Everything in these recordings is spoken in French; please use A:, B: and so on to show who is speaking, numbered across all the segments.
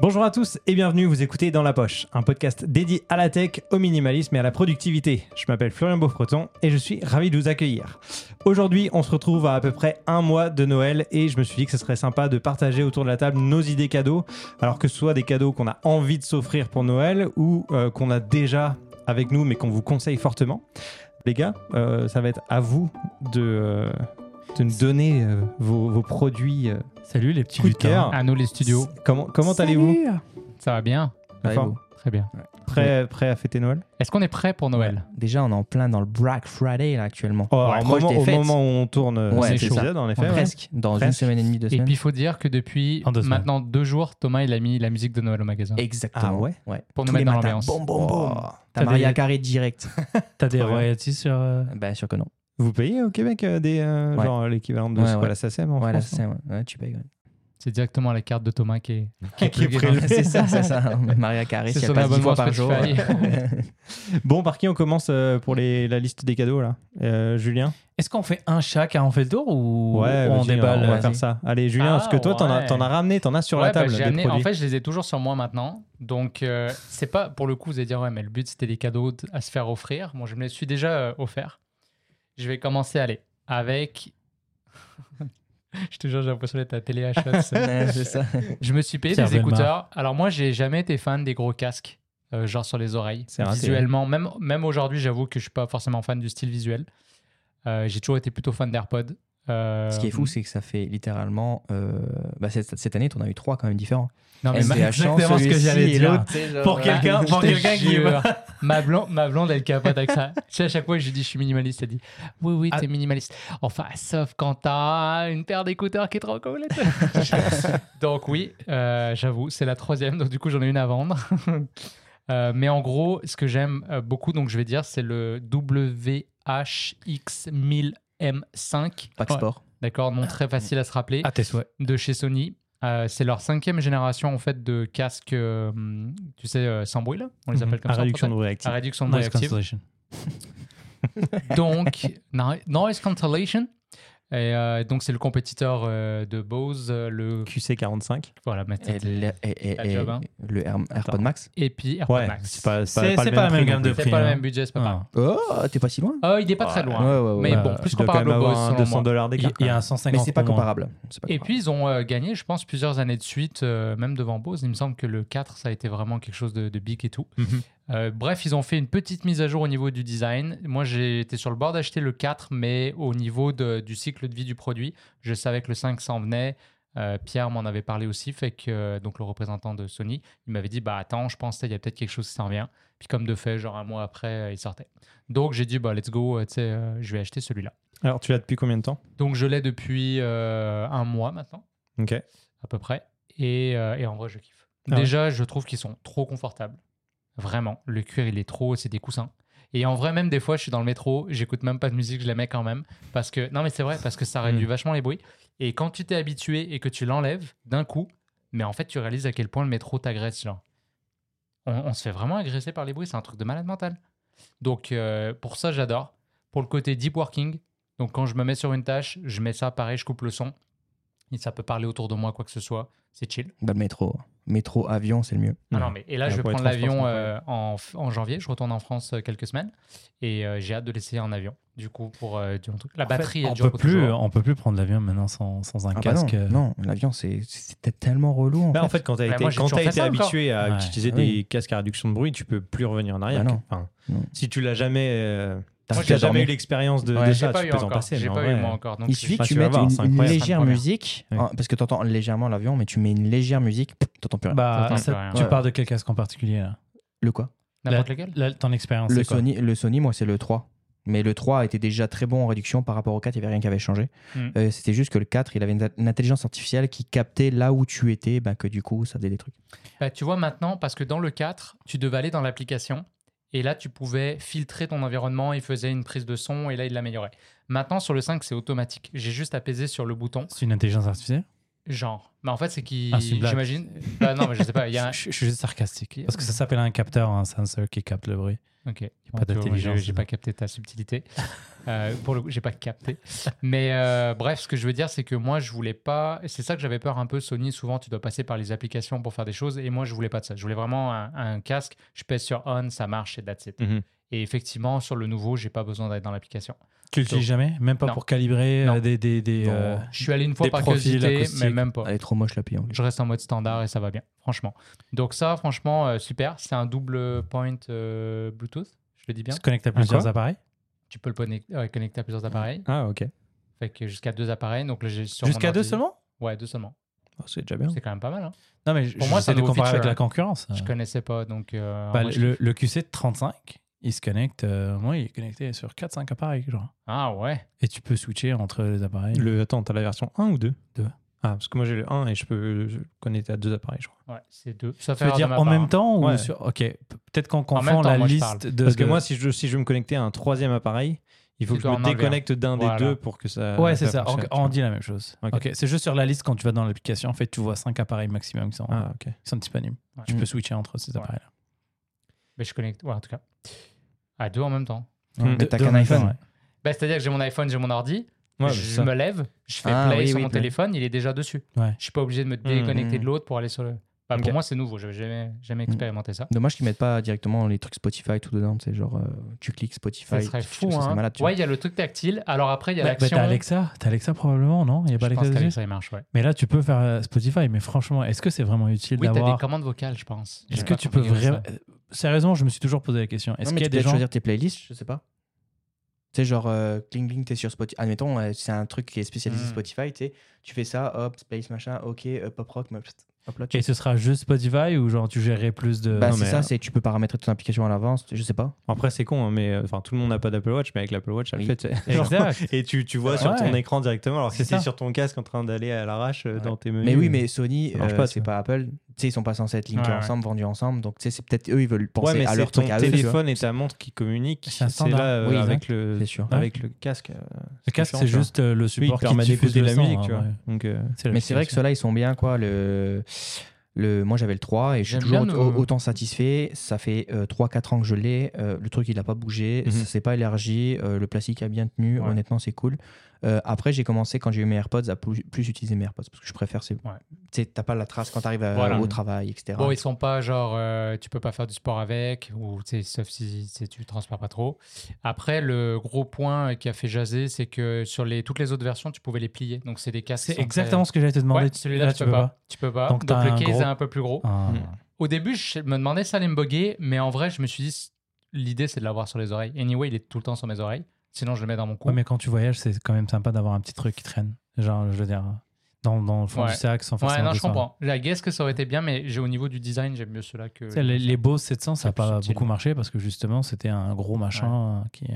A: Bonjour à tous et bienvenue, vous écoutez Dans la Poche, un podcast dédié à la tech, au minimalisme et à la productivité. Je m'appelle Florian Beaufreton et je suis ravi de vous accueillir. Aujourd'hui, on se retrouve à à peu près un mois de Noël et je me suis dit que ce serait sympa de partager autour de la table nos idées cadeaux, alors que ce soit des cadeaux qu'on a envie de s'offrir pour Noël ou euh, qu'on a déjà avec nous mais qu'on vous conseille fortement. Les gars, euh, ça va être à vous de, euh, de nous donner euh, vos, vos produits. euh,
B: Salut les petits
A: Coup de
B: lutins.
A: cœur.
B: À Ah, nous les studios.
A: Comment, comment allez-vous
B: Ça va bien
A: La forme
B: Très bien.
A: Prêt, prêt à fêter Noël
B: Est-ce qu'on est prêt pour Noël
C: Déjà, on est en plein dans le Black Friday là, actuellement.
A: Oh,
C: On
A: au,
C: approche
A: moment,
C: des
A: au
C: fêtes.
A: moment où on tourne euh,
C: Ouais,
A: cet
C: c'est ça.
A: épisode, en effet. ouais.
C: presque dans une
A: Presque.
C: semaine et demie, deux
B: Et
C: semaines.
B: puis hein. il faut dire que depuis
D: En deux semaines.
B: maintenant deux jours, Thomas il a mis la musique de Noël au magasin.
C: Exactement.
A: Ah ouais
B: Pour nous
C: Tous les
B: mettre dans
C: matins,
B: l'ambiance.
C: Boum, boum, boum.
A: Oh.
C: T'as
D: T'as
C: Maria
D: des-
C: Carré direct.
D: T'as des
A: Trop bien.
D: royalties sur. euh,
C: Bien sûr que non.
A: Vous payez au Québec euh, des, euh,
C: Ouais.
A: genre euh, l'équivalent de
C: Ouais,
A: c'est quoi,
C: ouais.
A: la SACEM en
C: Ouais, là,
A: France
C: c'est ouais. Ouais, tu payes. ouais.
B: C'est directement la carte de Thomas qui est.
A: hein, qui est
B: pluguée
A: prélevée.
C: c'est ça, c'est ça. Maria Carré,
B: C'est
C: si elle
B: son
C: passe dix
B: abonnement
C: fois par jour.
B: Spotify.
A: Bon, par qui on commence euh, pour les, la liste des cadeaux là Euh, Julien
D: Est-ce qu'on fait un chat car on fait le tour ou ou on
A: vas-y,
D: déballe
A: On va
D: euh,
A: faire ça. Allez, Julien,
D: Ah,
A: parce que toi, t'en as,
D: ouais.
A: t'en as ramené, t'en as sur
B: Ouais,
A: la
B: bah,
A: table
B: j'ai
A: des
B: amené-
A: produits.
B: En fait, je les ai toujours sur moi maintenant. Donc, euh, c'est pas pour le coup, vous allez dire, ouais, mais le but c'était des cadeaux de- à se faire offrir. Moi, je me les suis déjà euh, offerts. Je vais commencer, allez, avec. je te jure, j'ai l'impression d'être à télé achat.
C: Ouais, c'est ça.
B: Je me suis payé
D: Pierre
B: des
D: Bellemare.
B: écouteurs. Alors moi, j'ai jamais été fan des gros casques, euh, genre sur les oreilles.
A: C'est raté.
B: Visuellement, même, même aujourd'hui, j'avoue que je suis pas forcément fan du style visuel. Euh, j'ai toujours été plutôt fan d'AirPods. Euh,
C: Ce qui est fou, c'est que ça fait littéralement. euh, bah, cette, cette année, t'en as eu trois quand même différents.
B: Non, Ah, mais ma,
C: SDH,
D: exactement ce que
C: celui-ci
D: j'allais
C: et
D: dire.
C: l'autre, tu sais, genre, euh,
D: Pour
C: ouais.
D: quelqu'un pour
B: je te
D: quelqu'un qui.
B: jure, ma, blonde, ma blonde, elle capote avec ça. tu sais, à chaque fois, je lui dis je suis minimaliste. Elle dit oui, oui,
D: Ah.
B: t'es minimaliste. Enfin, sauf quand t'as une paire d'écouteurs qui est trop complète. donc, oui, euh, j'avoue, c'est la troisième. Donc, du coup, j'en ai une à vendre. Euh, mais en gros, ce que j'aime euh, beaucoup, donc je vais dire, c'est le WHX1000M5.
C: Pack Sport.
B: D'accord, nom très facile à se rappeler
D: À Ah, tes souhaits.
B: de chez Sony. Euh, c'est leur cinquième génération en fait de casques, euh, tu sais, euh, sans bruit là. On les
D: Mhm.
B: appelle comme
A: à
B: ça. en
A: réduction de
B: français.
A: bruit
B: à
A: actif.
B: réduction de bruit
D: Noise
B: active.
D: cancellation.
B: Donc, no- noise cancellation. Et euh, donc c'est le compétiteur euh, de Bose, euh, le
A: QC45.
B: voilà. mais
C: Et,
B: c'était-
C: le- et- et-
B: la
C: et-
B: job, hein.
C: le Air-
A: Attends.
C: AirPod Max.
B: Et puis AirPod
A: Ouais,
B: Max.
A: c'est pas, c'est
D: C'est
A: pas,
D: c'est
A: le
D: pas
A: même
D: la même
A: prix
D: gamme
A: non
D: de
A: plus.
B: C'est
D: prix.
B: pas le
D: hein.
B: même budget, c'est pas pareil.
D: Ah.
C: Oh, t'es pas si loin.
B: Euh, il n'est pas très loin.
C: Ouais, ouais, ouais.
B: Mais
D: Ouais.
B: bon, plus
A: Tu dois quand
B: comparable
A: même
B: au Bose,
A: avoir un
B: selon
A: 200
B: moi.
A: dollars
D: Il
A: d'écart.
D: il y a un 150
C: Mais c'est pas
D: pour moi.
C: comparable. C'est pas
B: Et
C: comparable.
B: puis ils ont euh, gagné, je pense, plusieurs années de suite, euh, même devant Bose. Il me semble que le 4, ça a été vraiment quelque chose de, de big et tout.
A: Mhm.
B: Euh, bref, ils ont fait une petite mise à jour au niveau du design. Moi, j'ai été sur le bord d'acheter le 4, mais au niveau de- du cycle de vie du produit, je savais que le 5 s'en venait. Euh, Pierre m'en avait parlé aussi, fait que euh, donc le représentant de Sony, il m'avait dit bah attends, je pense qu'il y a peut-être quelque chose qui s'en vient. Puis comme de fait, genre un mois après, euh, il sortait. Donc j'ai dit bah let's go, euh, tu sais, euh, je vais acheter celui-là.
A: Alors, tu l'as depuis combien de temps
B: Donc je l'ai depuis euh, un mois maintenant
A: Ok.
B: à peu près. Et, euh, et en vrai, je kiffe.
A: Ah ouais.
B: Déjà, je trouve qu'ils sont trop confortables. Vraiment. Le cuir, il est trop, c'est des coussins. Et en vrai, même des fois, je suis dans le métro, j'écoute même pas de musique, je la mets quand même. Parce que, non, mais c'est vrai, parce que ça
A: Mm.
B: réduit vachement les bruits. Et quand tu t'es habitué et que tu l'enlèves d'un coup, mais en fait, tu réalises à quel point le métro t'agresse, genre. On, on se fait vraiment agresser par les bruits, c'est un truc de malade mental. Donc, euh, pour ça, j'adore. Pour le côté deep working, donc quand je me mets sur une tâche, je mets ça, pareil, je coupe le son. Et ça peut parler autour de moi, quoi que ce soit. C'est chill.
C: Bah, le métro. Métro, avion, c'est le mieux.
B: Ah
A: Ouais.
B: non, mais, et là,
A: Ouais,
B: je vais
A: pour les
B: prendre
A: transports,
B: l'avion
A: c'est
B: euh, en, f- en janvier. Je retourne en France euh, quelques semaines. Et euh, j'ai hâte de l'essayer en avion. Du coup, pour euh, du- La
D: En fait,
B: batterie, elle
D: on
B: dure
D: peut
B: pour
D: plus, hein.
B: toujours.
D: on peut plus prendre l'avion maintenant sans, sans un
C: Ah bah
D: casque. euh,
C: non, non, l'avion, c'est- c'était tellement relou. En
A: Bah, en
C: fait.
A: fait, quand tu as
B: Bah,
A: été,
B: moi, j'ai
A: quand
B: toujours
A: t'as
B: fait
A: été
B: ça encore. Ah
A: habitué à
D: Ouais.
A: utiliser
C: Oui.
A: des casques à réduction de bruit, tu peux plus revenir en arrière.
C: Bah non.
A: Enfin,
C: Non.
A: Si tu l'as jamais, euh,
C: T'as
B: moi,
A: si t'as
C: déjà
A: jamais
C: dormi.
A: eu l'expérience de, de
C: Ouais.
B: J'ai
A: ça,
B: pas
A: tu
B: eu
A: peux t'en
B: encore.
A: passer.
B: J'ai
A: mais en
B: pas eu
A: vrai,
B: moi encore. Donc,
C: Il
B: je-
C: suffit
A: Enfin,
C: que tu
A: tu vas
C: mettes
A: voir,
C: une,
A: c'est
C: une
A: incroyable.
C: légère
B: Première.
C: musique,
A: Ouais.
C: hein, parce que t'entends légèrement l'avion, mais tu mets une légère musique, pff, t'entends plus rien.
D: Bah,
B: T'entends
D: ça-
B: plus rien.
D: tu
C: Ouais.
D: parles de quel casque en particulier là
C: Le quoi
B: N'importe
D: La-
B: lequel.
D: la- Ton expérience,
C: le
D: c'est quoi
C: Sony, le Sony, moi, c'est le 3. Mais le 3 était déjà très bon en réduction par rapport au 4, il n'y avait rien qui avait changé.
D: Hmm.
B: Mm.
C: Euh, C'était juste que le 4, il avait une, une intelligence artificielle qui captait là où tu étais, bah, que du coup, ça faisait des trucs.
B: Bah, tu vois maintenant, parce que dans le 4, tu devais aller dans l'application et là, tu pouvais filtrer ton environnement. Il faisait une prise de son et là, il l'améliorait. Maintenant, sur le 5, c'est automatique. J'ai juste apaisé sur le bouton.
D: C'est une intelligence artificielle
B: Genre. Mais en fait, c'est qui.
D: Ah, c'est une blague.
B: J'imagine. Bah, non, mais je sais pas. Il y a un.
D: Je, je suis juste sarcastique. Parce que ça s'appelle un capteur, un sensor qui capte le bruit.
B: Ok.
D: pas
B: Bon, tu vois,
D: d'intelligence,
B: j'ai- J'ai
D: dedans.
B: pas capté ta subtilité. Euh, pour le coup, j'ai pas capté. Mais euh, bref, ce que je veux dire, c'est que moi, je voulais pas. C'est ça que j'avais peur un peu. Sony, souvent, tu dois passer par les applications pour faire des choses. Et moi, je voulais pas de ça. Je voulais vraiment un, un casque. Je pèse sur on, ça marche et that's it.
A: Mhm.
B: Et effectivement, sur le nouveau, j'ai pas besoin d'être dans l'application.
D: Tu l'utilises jamais Même pas
B: Non.
D: pour calibrer euh,
B: Non.
D: des. des, des,
C: Non.
D: euh,
B: Je suis allé une fois
D: Des
B: par
D: profils
B: curiosité,
D: acoustiques.
B: mais même pas.
C: Elle est trop moche la pille en plus.
B: Je reste en mode standard et ça va bien, franchement. Donc ça, franchement, euh, super. C'est un double point euh, Bluetooth, je le dis bien.
D: se connecte à plusieurs
A: quoi
D: appareils
B: Tu peux le connect- ouais, connecter à plusieurs appareils.
A: Ah, ok.
B: Fait que jusqu'à deux appareils. Donc là, j'ai sur mon
D: Jusqu'à deux
B: ordi-
D: seulement
B: Ouais, deux seulement.
C: Oh, c'est déjà bien.
B: C'est quand même pas mal. Hein.
D: Non, mais je-
B: Pour moi,
D: j'essaie
B: c'est un
D: de
B: nouveau
D: comparer avec
B: feature,
D: la
B: hein.
D: concurrence.
B: Je connaissais pas, donc. euh,
D: Bah,
B: moi, je-
D: le, le QC35, il se connecte. euh, moi, il est connecté sur 4-5 appareils, genre.
B: Ah ouais.
D: Et tu peux switcher entre les appareils.
A: Le, attends, t'as la version 1 ou 2
D: Deux.
A: Ah, parce que moi j'ai le 1 et je peux je connecter à deux appareils, je crois.
B: Ouais, c'est deux. Ça
D: Tu
B: fait
D: veux
B: erreur de
D: dire
B: ma
D: en
B: part,
D: même
B: hein.
D: temps ou
A: Ouais.
D: sur... Ok, p- peut-être qu'on
B: même
D: confond
B: temps,
D: la
B: moi, je parle.
D: liste de...
A: Parce que
D: de-
A: moi, si je, si je veux me connecter à un troisième appareil, il faut
B: Tu
A: que je
B: dois en
A: me
B: enlever un.
A: déconnecte d'un
B: Voilà.
A: des deux pour que ça.
D: Ouais, c'est ça. On,
A: fonctionne, tu
D: on
A: vois.
D: dit la même chose.
A: Ok.
D: Ok. C'est juste sur la liste quand tu vas dans l'application. En fait, tu vois 5 appareils maximum qui sont,
A: Ah, ok.
D: qui sont disponibles.
B: Ouais.
D: Tu peux switcher entre ces
B: Ouais.
D: appareils-là.
B: Mais je connecte. Ouais, en tout cas. À deux en même temps.
A: Hmm.
C: Mais
D: De-
C: t'as
D: de-
C: qu'un iPhone.
D: ouais.
B: Bah, c'est-à-dire que j'ai mon iPhone, j'ai mon ordi.
A: Ouais, mais
B: je
A: ça.
B: me lève, je fais
C: Ah,
B: play
C: oui,
B: sur
C: oui,
B: mon
C: play.
B: téléphone, il est déjà dessus.
D: Ouais. Mm,
B: Je suis pas obligé de me
A: Mhm.
B: déconnecter de l'autre pour aller sur le. Bah,
A: Ok.
B: Pour moi, c'est nouveau. Je jamais, jamais expérimenté ça.
C: Dommage qu'ils mettent pas directement les trucs Spotify tout dedans. C'est genre, euh, tu cliques Spotify.
B: Ça serait
C: tu-
B: fou.
C: ça serait
B: hein.
C: malade, tu
B: ouais,
C: vois.
B: il y a le truc tactile. Alors après, il y a
D: Bah, bah,
B: l'action.
D: t'as Alexa. T'as Alexa probablement, non Il n'y a pas
B: je pense
D: Alexa
B: qu'avec
D: dessus
B: ça, il marche. Ouais.
D: Mais là, tu peux faire euh, Spotify. Mais franchement, est-ce que c'est vraiment utile
B: Oui, t'as des
D: d'avoir...
B: commandes vocales, je pense. J'ai
D: Est-ce que
B: pas
D: tu peux
B: compris ça.
D: vraiment... euh, Sérieusement, je me suis toujours posé la question.
C: Non,
D: Est-ce
C: mais
D: qu'il y a
C: tu
D: des
C: peux
D: gens...
C: choisir tes playlists Je sais pas. Tu sais, genre, euh, cling cling, t'es sur Spotify. Admettons, euh, c'est un truc qui est spécialisé
B: Hmm.
C: Spotify. Tu sais, tu fais ça, hop, space machin, ok, euh, pop rock, meuf, hop là. Tu...
D: Et ce sera juste Spotify ou genre tu gérerais plus de...
C: Bah,
A: Euh, non,
C: c'est
A: mais-
C: ça, c'est tu peux paramétrer ton application à l'avance. Je sais pas.
A: Après, c'est con, hein, mais euh, enfin, tout le monde n'a pas d'Apple Watch, mais avec l'Apple Watch, ça le
C: Oui.
A: fait. tu sais. Genre,
D: Exact.
A: Et tu, tu vois sur
D: Ouais.
A: ton écran directement, alors que
D: C'est
A: si c'est
D: ça.
A: sur ton casque en train d'aller à l'arrache euh,
C: Ouais.
A: dans tes menus.
C: Mais oui, mais Sony,
A: ça marche
C: euh,
A: pas,
C: c'est
A: ça.
C: pas Apple. Tu sais, ils sont pas censés être linkés
B: Ouais, ouais.
C: ensemble, vendus ensemble. Donc, tu sais, c'est peut-être eux, ils veulent penser
A: Ouais, mais
C: à
A: c'est
C: leur
A: ton
C: truc à eux. tu vois.
A: téléphone et ta montre qui communiquent.
D: C'est un
A: C'est
D: standard.
A: là euh,
C: Oui,
A: avec, le,
C: C'est sûr.
A: avec le casque. euh,
D: Le casque,
A: différent,
D: c'est
A: tu vois.
D: juste euh, le
A: Oui, il
D: support qui
A: permet
D: diffuse
A: d'écouter de
D: le
A: la
D: son,
A: musique,
D: hein,
A: tu vois.
D: ouais.
A: Donc, euh,
C: Mais c'est vrai que ceux-là, ils sont bien, quoi. Le, le... Moi, j'avais le 3 et je suis
B: J'aime
C: toujours
B: bien
C: au-
B: nos-
C: autant satisfait. Ça fait 3-4 ans que je l'ai. Euh, le truc, il n'a pas bougé.
A: Mhm.
C: Ça s'est pas élargi. Euh, le plastique a bien tenu.
B: Ouais.
C: Honnêtement, c'est cool. Euh, après, j'ai commencé, quand j'ai eu mes AirPods, à plus, plus utiliser mes AirPods parce que je préfère. c'est-
B: Ouais.
C: Tu sais, t'as pas la trace quand t'arrives à-
B: Voilà.
C: au travail, etc.
B: Bon, ils sont pas genre euh, tu peux pas faire du sport avec ou tu sais, sauf si tu sais, tu transpires pas trop. Après, le gros point qui a fait jaser, c'est que sur les toutes les autres versions, tu pouvais les plier. Donc c'est des casques. qui
D: C'est
B: sont très-
D: exactement ce que j'allais te demander.
B: Ouais, celui-là, tu peux pas. Tu peux pas.
D: Donc,
B: Donc,
D: t'as
B: le
D: un
B: case
D: gros-
B: est un peu plus gros.
D: Ah.
A: Mm.
B: Au début, je me demandais ça allait me bugger, mais en vrai, je me suis dit, c- l'idée, c'est de l'avoir sur les oreilles. Anyway, il est tout le temps sur mes oreilles. Sinon, je le mets dans mon cou.
D: Ouais, mais quand tu voyages, c'est quand même sympa d'avoir un petit truc qui traîne. Genre, je veux dire, dans, dans le fond
B: Ouais.
D: du sac, sans
B: Ouais,
D: forcément.
B: non,
D: que
B: je
D: ça-
B: comprends. La guess que ça aurait été bien, mais j'ai- au niveau du design, j'aime mieux cela que.
D: Tu sais, les, les Bose 700, ça
B: C'est
D: n'a
B: plus
D: pas
B: subtil.
D: beaucoup marché parce que justement, c'était un gros machin euh, qui.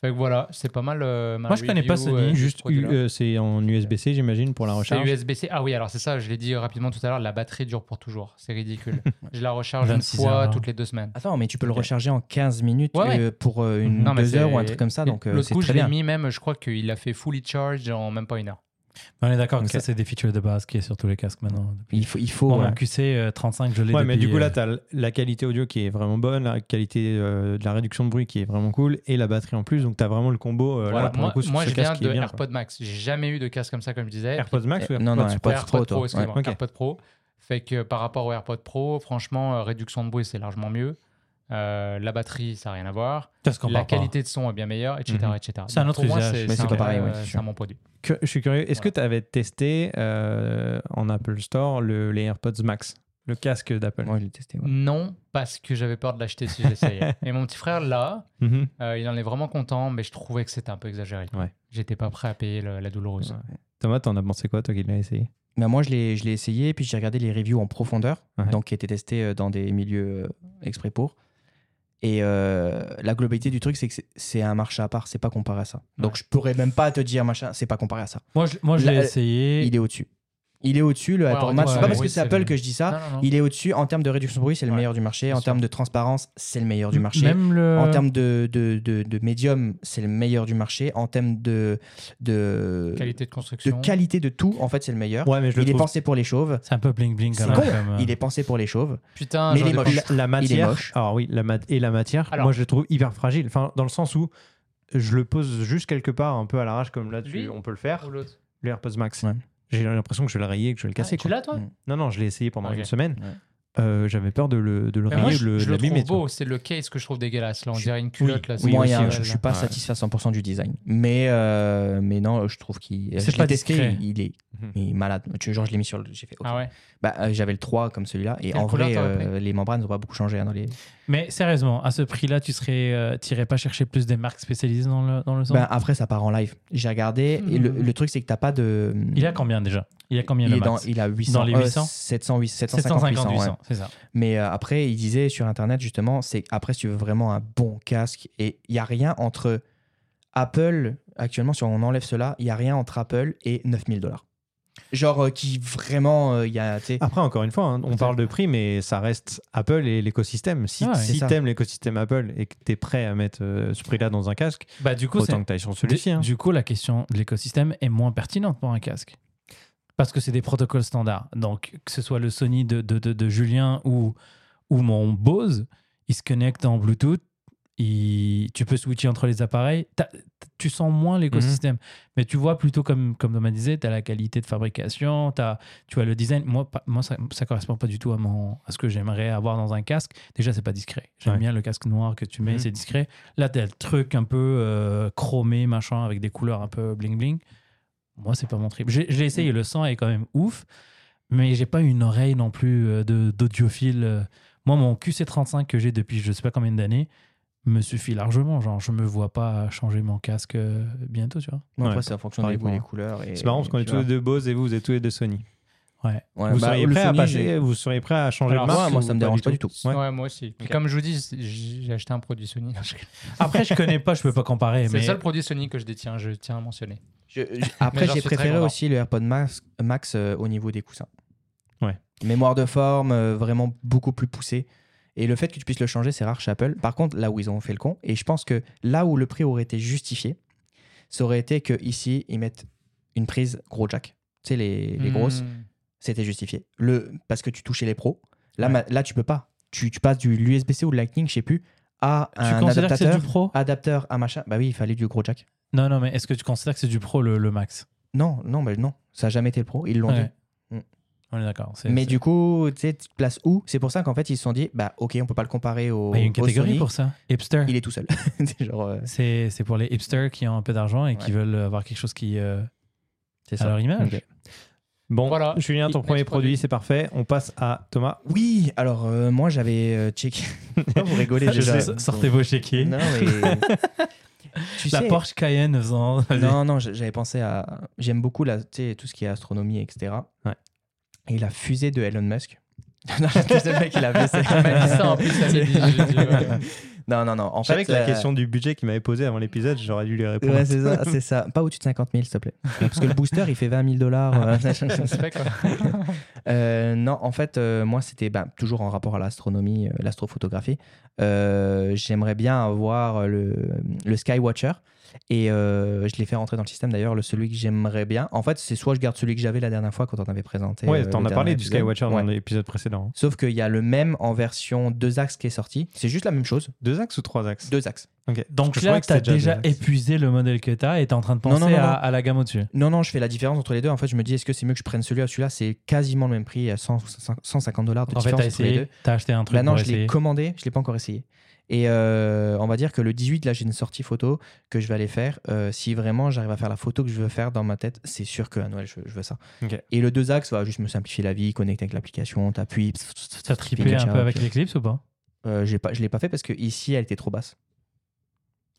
B: Fait que voilà, c'est pas mal. euh, ma
D: Moi, je connais pas
B: review,
D: Sony,
B: de ce
A: Juste,
B: produit-là.
A: U- euh, c'est en USB-C, j'imagine, pour la
B: C'est
A: recharge.
B: USB-C. Ah oui, alors c'est ça, je l'ai dit rapidement tout à l'heure, la batterie dure pour toujours. C'est ridicule. je la recharge une
D: 26
B: fois
D: heures.
B: toutes les deux semaines.
C: Attends, mais tu peux le
A: Ok.
C: recharger en 15 minutes
B: Ouais, ouais.
C: euh, pour euh, une
B: Non, mais
C: 2 heures
B: c'est-
C: ou un truc comme ça. Donc, euh,
B: L'autre
C: c'est
B: coup, je
C: très
B: l'ai
C: bien.
B: mis même, je crois qu'il a fait fully charge en même pas une heure.
D: On est d'accord
A: Ok.
D: que ça, c'est des features de base qui est sur tous les casques maintenant.
C: Il faut. Il faut
D: Pour
C: ouais.
D: mon QC35, je l'ai
A: Ouais, mais
D: depuis,
A: du coup, là,
D: euh,
A: tu as la qualité audio qui est vraiment bonne, la qualité euh, de la réduction de bruit qui est vraiment cool, et la batterie en plus. Donc, tu as vraiment le combo. euh, là,
B: Voilà.
A: pour
B: Moi,
A: le coup, sur
B: moi,
A: ce
B: je viens
A: casque qui est
B: de
A: bien, quoi.
B: AirPod Max. J'ai jamais eu de casque comme ça, comme je disais.
A: AirPods Max ou
C: Non, non,
A: AirPods
C: AirPods
B: AirPod
C: Pro, toi.
B: excuse-moi.
A: Ouais. Ok.
B: AirPod Pro. Fait que par rapport au AirPod Pro, franchement, euh, réduction de bruit, c'est largement mieux. Euh, la batterie, ça n'a rien à voir.
D: parce qu'on
B: La
D: parle pas.
B: qualité de son est bien meilleure, etc.
A: Mhm.
B: etc.
D: C'est un
B: Donc,
D: autre
B: pour moi,
D: usage,
C: mais c'est
B: un
C: pas
B: vrai,
C: pareil, ouais,
B: euh,
C: c'est
B: c'est
C: sûr.
B: un bon produit.
A: Que- je suis curieux. Est-ce que tu avais testé euh, en Apple Store le- les AirPods Max, le casque d'Apple
C: Moi, je l'ai testé. ouais.
B: Non, parce que j'avais peur de l'acheter si je l'essayais. Et mon petit frère, là,
A: Mhm.
B: euh, il en est vraiment content, mais je trouvais que c'était un peu exagéré.
A: Ouais.
B: J'étais pas prêt à payer le- la douloureuse.
A: Ouais. Thomas, t'en as pensé quoi, toi qui l'as essayé
C: Bah, moi, je l'ai je l'ai essayé, puis j'ai regardé les reviews en profondeur,
A: Ouais.
C: donc qui étaient testées euh, dans des milieux euh, exprès pour. Et euh, la globalité du truc, c'est que c'est- c'est un marché à part, c'est pas comparé à ça. Donc, je pourrais même pas te dire, machin, c'est pas comparé à ça.
D: Moi, je, moi, je l'ai
C: La-
D: essayé.
C: Il est au-dessus. Il est au-dessus, le
B: Ouais,
C: Apple
B: en
C: Match.
B: termes
C: C'est
B: de
C: pas parce que
B: bruit,
C: c'est
B: c'est
C: Apple
B: le-
C: que je dis ça.
B: Non, non, non.
C: Ah, Il est au-dessus. En termes de réduction de bruit, c'est le
B: Ouais,
C: meilleur du marché.
B: bien
C: En
B: sûr. Hum,
C: termes de transparence, c'est le meilleur du marché.
D: Même le.
C: En termes de, de, de, de médium, c'est le meilleur du marché. En termes de, euh, de,
B: Qualité de
C: de
B: construction.
C: qualité de tout, en fait, c'est le meilleur.
A: Ouais, mais je le
C: il est
A: trouve.
C: pensé pour les chauves.
D: C'est un peu bling bling
C: C'est
D: quand même.
C: con.
D: comme, euh,
C: Il est pensé pour les chauves.
B: Putain,
C: Mais
B: j'en
C: il est
B: ai
C: moche.
B: pas-
A: La, la matière.
C: moche.
A: Alors oui, la mat- et la matière.
B: Alors-
A: moi, je le trouve hyper fragile. Enfin, dans le sens où je le pose juste quelque part, un peu à l'arrache, comme là, tu-
B: Lui
A: on peut le faire.
B: Ou l'autre.
A: Le AirPods Max.
C: Ouais.
A: J'ai l'impression que je vais le rayer, et que je vais le casser.
B: Ah, tu
A: quoi.
B: l'as toi
C: Mm.
A: Non, non, je l'ai essayé pendant
B: Ok.
A: une semaine.
C: Ouais.
A: Euh, J'avais peur de le, de le
B: Mais
A: rayer,
B: Moi,
A: de
B: je,
A: le,
B: je le
A: l'abîmer,
B: trouve
A: tu vois.
B: beau, c'est le case que je trouve dégueulasse. Là, on
A: Je-
B: dirait une culotte. là, c'est-
A: Oui,
C: Moyen.
A: aussi,
C: hein, je,
A: ouais,
C: je suis pas
B: Ouais.
C: satisfait à 100% du design. Mais, euh, mais non, je trouve qu'il.
D: C'est
C: je
D: pas
C: l'ai testé,
D: discret.
C: Il, il est,
A: Mhm.
C: il est malade. Tu, genre, je l'ai mis sur le. J'ai fait. ok.
B: Ah ouais.
C: Bah, euh, j'avais le 3 comme celui-là. Et
B: Quelle
C: en
B: couleur
C: vrai,
B: t'aurais
C: euh, les membranes n'ont pas beaucoup changé. hein, dans les...
D: Mais sérieusement, à ce prix-là, tu serais, euh, t'irais pas chercher plus des marques spécialisées dans le, dans le son
C: Ben, après, ça part en live. J'ai regardé. et le,
B: Mhm.
C: le truc, c'est que t'as pas de.
D: Il a combien déjà Il a combien
C: il
D: le
C: est dans,
D: max
C: il a 800,
D: Dans les
C: euh,
D: 800?
C: 700, 800, 750,
D: 750 800,
C: 800, ouais.
D: c'est ça.
C: Mais euh, après, il disait sur Internet, justement, c'est après, si tu veux vraiment un bon casque, et il n'y a rien entre Apple, actuellement, si on enlève cela, il n'y a rien entre Apple et 9000 dollars. Genre, euh, qui vraiment, euh, il y a. tu sais,
A: Après, encore une fois, hein, on parle de prix, mais ça reste Apple et l'écosystème. Si,
D: Ah ouais.
A: si
C: C'est ça.
A: t'aimes l'écosystème Apple et que t'es prêt à mettre euh, ce prix-là dans un casque,
D: Bah, du coup, c'est-
A: autant que t'ailles sur celui-ci.
D: du-
A: hein.
D: du coup, la question de l'écosystème est moins pertinente pour un casque. Parce que c'est des protocoles standards. Donc, que ce soit le Sony de, de, de, de Julien ou, ou mon Bose, il se connecte en Bluetooth. il- tu peux switcher entre les appareils. T'as- Tu sens moins l'écosystème.
A: Mhm.
D: Mais tu vois plutôt, comme, comme Thomas disait, tu as la qualité de fabrication, as, tu vois le design. Moi, pas- moi ça ne correspond pas du tout à, mon, à ce que j'aimerais avoir dans un casque. Déjà, c'est pas discret. J'aime
A: Ouais.
D: bien le casque noir que tu mets,
A: Mhm.
D: c'est discret. Là, tu as le truc un peu euh, chromé, machin, avec des couleurs un peu bling-bling. Moi, c'est pas mon trip. J'ai j'ai
A: Mhm.
D: essayé, le son est quand même ouf, mais j'ai pas une oreille non plus euh, de- d'audiophile. euh. Moi, mon QC35 que j'ai depuis je sais pas combien d'années me suffit largement. Genre, je me vois pas changer mon casque euh, bientôt, tu vois.
C: bon,
A: Ouais,
C: après, c'est en fonction
A: pareil
C: des goûts,
A: pour
C: des
A: moi.
C: couleurs. et-
A: C'est marrant parce qu'on est
C: tu
A: tous les deux Bose et vous, vous êtes tous les deux Sony.
D: Ouais.
C: vois. Ouais,
A: vous,
C: bah,
A: seriez
C: le
A: prêt à
C: Sony,
A: passer,
C: j'ai-
A: vous seriez prêt à changer
B: Alors,
A: de marque
C: ouais, moi,
A: ou
C: ça me dérange pas du tout.
A: Ouais.
B: Ouais. moi aussi. Et Comme je vous dis, c'est- j'ai j'ai acheté un produit Sony. C'est
D: Après, je connais pas, je peux pas comparer.
B: le
D: Eh, mais
B: seul produit Sony que je détiens, je tiens à mentionner.
C: Je- je- après,
B: genre,
C: j'ai
B: c'est très
C: préféré
B: rare.
C: aussi le AirPod Max, Max euh, au niveau des coussins.
A: Ouais.
C: Mémoire de forme, euh, vraiment beaucoup plus poussée. Et le fait que tu puisses le changer, c'est rare chez Apple. Par contre, là où ils ont fait le con, et je pense que là où le prix aurait été justifié, ça aurait été que ici ils mettent une prise gros jack. Tu sais, les, les grosses,
B: Hmm.
C: c'était justifié. Le, parce que tu touchais les pros. Là, ma- là tu peux pas. Tu, tu passes du USB-C ou de Lightning, je sais plus, à
D: tu
C: un
D: considères que c'est
C: adaptateur.
D: du pro
C: Adapteur à machin. Bah oui, il fallait du gros jack.
D: Non, non, mais est-ce que tu considères que c'est du pro le, le max
C: Non, non, bah non. Ça n'a jamais été le pro. Ils l'ont dit.
D: Ouais.
C: Mm.
D: On est d'accord. c'est-
C: Mais
D: c'est-
C: du coup, tu sais, tu te places où C'est pour ça qu'en fait, ils se sont dit, bah ok, on peut pas le comparer au.
D: Ah, il y a une
C: au
D: catégorie
C: Sony.
D: pour ça. Hipster.
C: Il est tout seul. c'est genre. euh,
D: C'est c'est pour les hipsters qui ont un peu d'argent et qui
C: Ouais.
D: veulent avoir quelque chose qui euh,
C: c'est
D: à
C: ça.
D: leur image.
C: Ok.
A: Bon,
B: Voilà.
A: Julien, ton
B: Next
A: premier
B: produit.
A: produit, c'est parfait. On passe à Thomas.
C: Oui, alors euh, moi j'avais euh, checké. Pourquoi vous rigolez
D: Je
C: déjà
D: sais, sortez vos chéquiers.
C: Non, mais. tu
D: La
C: sais.
D: Porsche Cayenne faisant.
C: Non, non, j'a- j'avais pensé à. J'aime beaucoup la, tu sais, tout ce qui est astronomie, etc.
A: Ouais.
C: Et la fusée de Elon Musk. non, c'est le mec, il a fait
B: Il m'a dit ça en plus, ça m'a dit, j'ai dit, ouais.
C: Non, non, non. En
A: Je savais
C: fait,
A: que la
C: euh,
A: question du budget qu'il m'avait posé avant l'épisode, j'aurais dû lui répondre.
C: Ouais, c'est ça, c'est ça. Pas au-dessus de 50 000, s'il te plaît. Parce que le booster, il fait 20 000
A: Ah
C: dollars.
B: C'est vrai, quoi.
C: Euh, non, en fait, euh, moi, c'était bah, toujours en rapport à l'astronomie, euh, l'astrophotographie. Euh, J'aimerais bien avoir le, le Skywatcher. Et euh, je l'ai fait rentrer dans le système, d'ailleurs, le celui que j'aimerais bien. En fait, c'est soit je garde celui que j'avais la dernière fois quand on avait présenté.
A: Ouais,
C: euh,
A: t'en
C: le
A: as parlé
C: dernier
A: du
C: épisode.
A: Skywatcher
C: Ouais.
A: dans l'épisode précédent. hein.
C: Sauf qu'il y a le même en version deux axes qui est sorti. C'est juste la même chose,
A: Deux axes ou trois axes
C: deux axes.
A: Ok. Parce
D: Donc
A: que je croyais
D: là,
A: que
D: tu as
A: c'était
D: déjà
A: deux axes.
D: épuisé le modèle que tu as et tu es en train de
C: Non, non,
D: penser
C: non,
D: à,
C: non.
D: à la gamme au-dessus.
C: Non, non, je fais la différence entre les deux. En fait, je me dis, est-ce que c'est mieux que je prenne celui-là ou celui-là C'est quasiment le même prix, à 100 150 dollars de
D: En fait,
C: différence entre
D: tu as
C: les deux.
D: essayé, tu as acheté un truc
C: Bah non,
D: pour
C: je l'ai
D: essayer.
C: commandé, je l'ai pas encore essayé. Et euh, on va dire que le 18, là, j'ai une sortie photo que je vais aller faire. Euh, si vraiment j'arrive à faire la photo que je veux faire dans ma tête, c'est sûr que à Noël, je, je veux ça.
A: Ok.
C: Et le 2 axes va juste me simplifier la vie, connecter avec l'application, t'appuies. pss, pss, pss,
D: Tu as
C: pss,
D: trippé
C: finir,
D: un
C: ciao.
D: peu avec l'Eclipse ou pas
C: Euh, j'ai pas, Je l'ai pas fait parce que ici, elle était trop basse.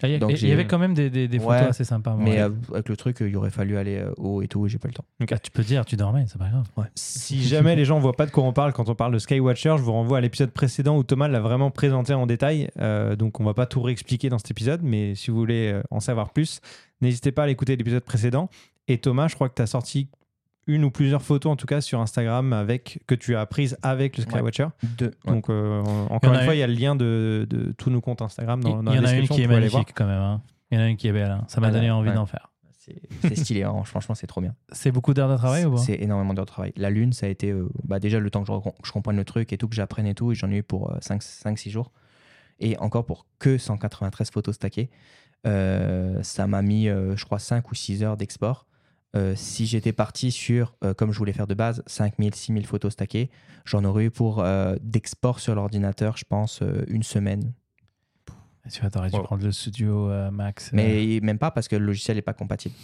D: Ah, Il y a-
C: Donc,
D: il y
C: j'ai-
D: avait quand même des, des- des photos
C: Ouais.
D: assez sympas. moi.
C: Mais euh, avec le truc, euh, il aurait fallu aller euh, haut et tout, et j'ai pas le temps.
A: Ok.
D: Ah, tu peux dire, tu dormais, c'est pas grave.
A: Si jamais les gens voient pas de quoi on parle quand on parle de Skywatcher, je vous renvoie à l'épisode précédent où Thomas l'a vraiment présenté en détail. Euh, donc on va pas tout réexpliquer dans cet épisode, mais si vous voulez euh, en savoir plus, n'hésitez pas à l'écouter l'épisode précédent. Et Thomas, je crois que tu as sorti une ou plusieurs photos en tout cas sur Instagram avec que tu as prises avec le Skywatcher.
C: Deux.
A: Donc euh,
D: Il y en
A: encore
D: a
A: une fois,
D: une-
A: il y a le lien de, de tous nos comptes Instagram dans, dans
D: Il y
A: la
D: en a une
A: description.
D: qui est
A: vous pouvez aller voir.
D: magnifique quand même. hein. Il y en a une qui est belle. hein. Ça m'a
C: Ah là,
D: donné envie
C: ouais.
D: d'en faire.
C: C'est c'est stylé, hein. franchement, c'est trop bien.
D: C'est beaucoup d'heures de travail ou pas
C: C'est énormément d'heures de travail. La lune, ça a été euh, bah, déjà le temps que je, recom- je comprenne le truc et tout, que j'apprenne et tout, et j'en ai eu pour euh, 5-6 jours. Et encore pour que 193 photos stackées, euh, ça m'a mis, euh, je crois, 5 ou 6 heures d'export. Euh, si j'étais parti sur, euh, comme je voulais faire de base, 5000, 6000 photos stackées, j'en aurais eu pour euh, d'export sur l'ordinateur, je pense, euh, une semaine.
D: Tu vois, t'aurais dû
A: Wow.
D: prendre le studio euh, Max. euh,
C: Mais même pas parce que le logiciel n'est pas compatible.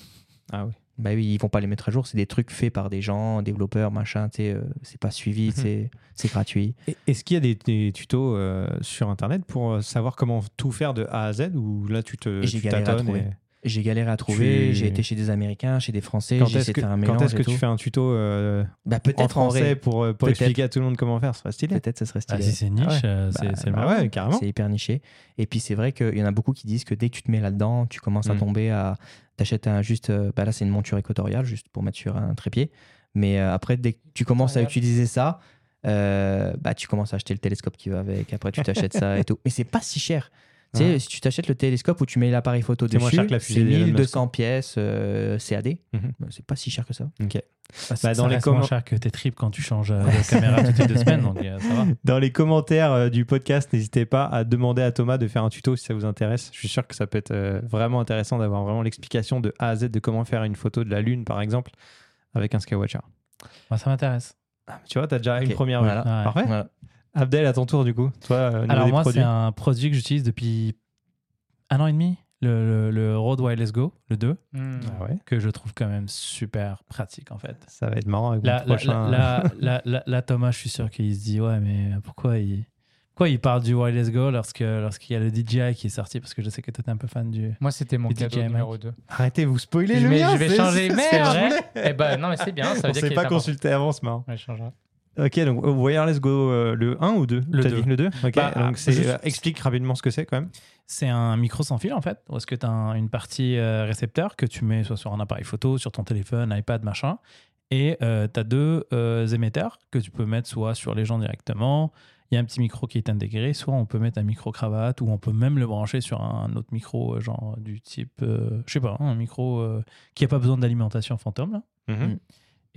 A: Ah oui.
C: Bah oui, ils vont pas les mettre à jour. C'est des trucs faits par des gens, développeurs, machin. Tu sais, euh, c'est pas suivi,
A: Mhm.
C: tu sais, c'est gratuit.
A: Et- Est-ce qu'il y a des, des tutos euh, sur internet pour euh, savoir comment tout faire de A à Z ou là tu te
C: Et j'ai
A: tu
C: galéré à
A: tâtonnes
C: trouver.
A: et-
C: J'ai galéré à trouver.
A: Tu-
C: J'ai été chez des Américains, chez des Français.
A: Quand
C: J'ai
A: est-ce
C: essayé
A: que,
C: de faire un
A: quand
C: mélange.
A: est-ce
C: et
A: que
C: tout.
A: tu fais un tuto euh,
C: Bah
A: en
C: peut-être en,
A: français
C: vrai.
A: pour, euh, pour
C: Peut-être.
A: expliquer à tout le monde comment faire Ça serait stylé.
C: Peut-être, ça serait
D: Ah,
C: stylé.
D: si c'est niche, euh, c'est c'est le
A: Bah
D: moment.
A: ouais, carrément.
C: C'est hyper niché. Et puis c'est vrai qu'il y en a beaucoup qui disent que dès que tu te mets là-dedans, tu commences à
A: Mm.
C: tomber à. T'achètes un juste. euh, bah là, c'est une monture équatoriale, juste pour mettre sur un trépied. Mais euh, après, dès que tu commences à
B: Équatoriale.
C: utiliser ça, euh, bah tu commences à acheter le télescope qui va avec. Après, tu t'achètes ça et tout. Mais c'est pas si cher. Tu sais,
A: Ouais.
C: si tu t'achètes le télescope ou tu mets l'appareil photo
A: C'est
C: dessus,
A: moins cher que la
C: c'est
A: fusée d'Elon Musk.
C: 1200 pièces euh, CAD.
A: Mhm.
C: Bah, C'est pas si cher que ça.
A: Ok.
D: Bah,
A: Bah, dans
D: ça
A: les
D: reste
A: commen-
D: moins cher que tes tripes quand tu changes euh, de caméra toutes les deux semaines, donc euh, ça va.
A: Dans les commentaires euh, du podcast, n'hésitez pas à demander à Thomas de faire un tuto si ça vous intéresse. Je suis sûr que ça peut être euh, vraiment intéressant d'avoir vraiment l'explication de A à Z de comment faire une photo de la Lune, par exemple, avec un Skywatcher.
D: Moi, ça m'intéresse.
A: Tu vois, tu as déjà une
C: Ok,
A: première.
C: voilà.
A: vue. Parfait.
C: Voilà.
A: Abdel, à ton tour, du coup. Toi, euh, au niveau
D: Alors
A: des
D: moi,
A: produits.
D: c'est un produit que j'utilise depuis un an et demi, le, le- le Rode Wireless Go, le 2,
B: Hmm.
A: Ah ouais,
D: que je trouve quand même super pratique en fait.
A: ça va être marrant avec
D: Là,
A: mon
D: là,
A: prochain.
D: là- là- là- là, Thomas, je suis sûr qu'il se dit ouais, mais pourquoi il, pourquoi il parle du Wireless Go lorsque lorsqu'il y a le DJI qui est sorti Parce que je sais que tu es un peu fan du.
B: Moi, c'était mon
D: Et
B: cadeau
D: DJI
B: numéro 2.
A: Arrêtez, vous spoilez
B: Je
A: le
B: vais-
A: mien.
B: je vais
A: c'est-
B: changer.
A: c'est-
B: Mais
A: c'est-
B: en
A: je
B: vrai,
A: voulais.
B: Eh ben, non, mais c'est bien. Ça veut
A: On
B: dire
A: s'est
B: qu'il
A: pas
B: est important.
A: consulté avant, c'est marrant.
B: Ouais, je changerai.
A: Ok, donc euh, Wireless Go, euh, le 1 ou 2
D: Le
A: T'as
D: deux.
A: dit le 2 Ok,
D: Bah,
A: donc c'est-
D: juste-
A: euh, explique rapidement ce que c'est quand même.
D: C'est un micro sans fil en fait, où est-ce que tu as un- une partie euh, récepteur que tu mets soit sur un appareil photo, sur ton téléphone, iPad, machin, et tu as deux euh, émetteurs que tu peux mettre soit sur les gens directement, il y a un petit micro qui est intégré, soit on peut mettre un micro cravate, ou on peut même le brancher sur un autre micro, euh, genre du type, euh, je sais pas, hein, un micro euh, qui a pas besoin d'alimentation fantôme. là.
A: Mhm.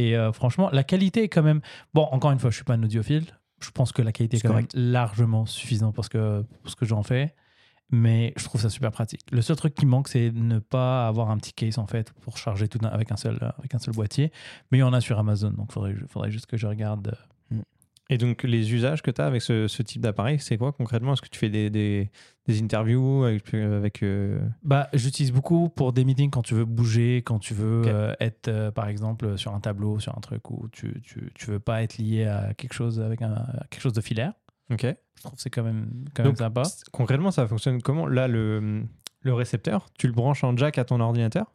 D: Et euh, franchement, la qualité est quand même. Bon, encore une fois, je suis pas un audiophile. Je pense que la qualité est
C: C'est
D: quand même largement suffisante pour ce que, pour ce que j'en fais. Mais je trouve ça super pratique. Le seul truc qui manque, c'est ne pas avoir un petit case en fait pour charger tout d'un- avec un seul, avec un seul boîtier. Mais il y en a sur Amazon, donc faudrait, faudrait juste que je regarde. euh.
A: Et donc, les usages que tu as avec ce, ce type d'appareil, c'est quoi concrètement Est-ce que tu fais des, des, des interviews avec. euh, avec, euh,
D: Bah, j'utilise beaucoup pour des meetings quand tu veux bouger, quand tu veux
A: Ok.
D: euh, être euh, par exemple sur un tableau, sur un truc où tu, tu, tu veux pas être lié à quelque chose avec un, à quelque chose de filaire.
A: Ok.
D: Je trouve que c'est quand même quand
A: Donc,
D: même sympa.
A: c- Concrètement, ça fonctionne comment Là, le, le récepteur, tu le branches en jack à ton ordinateur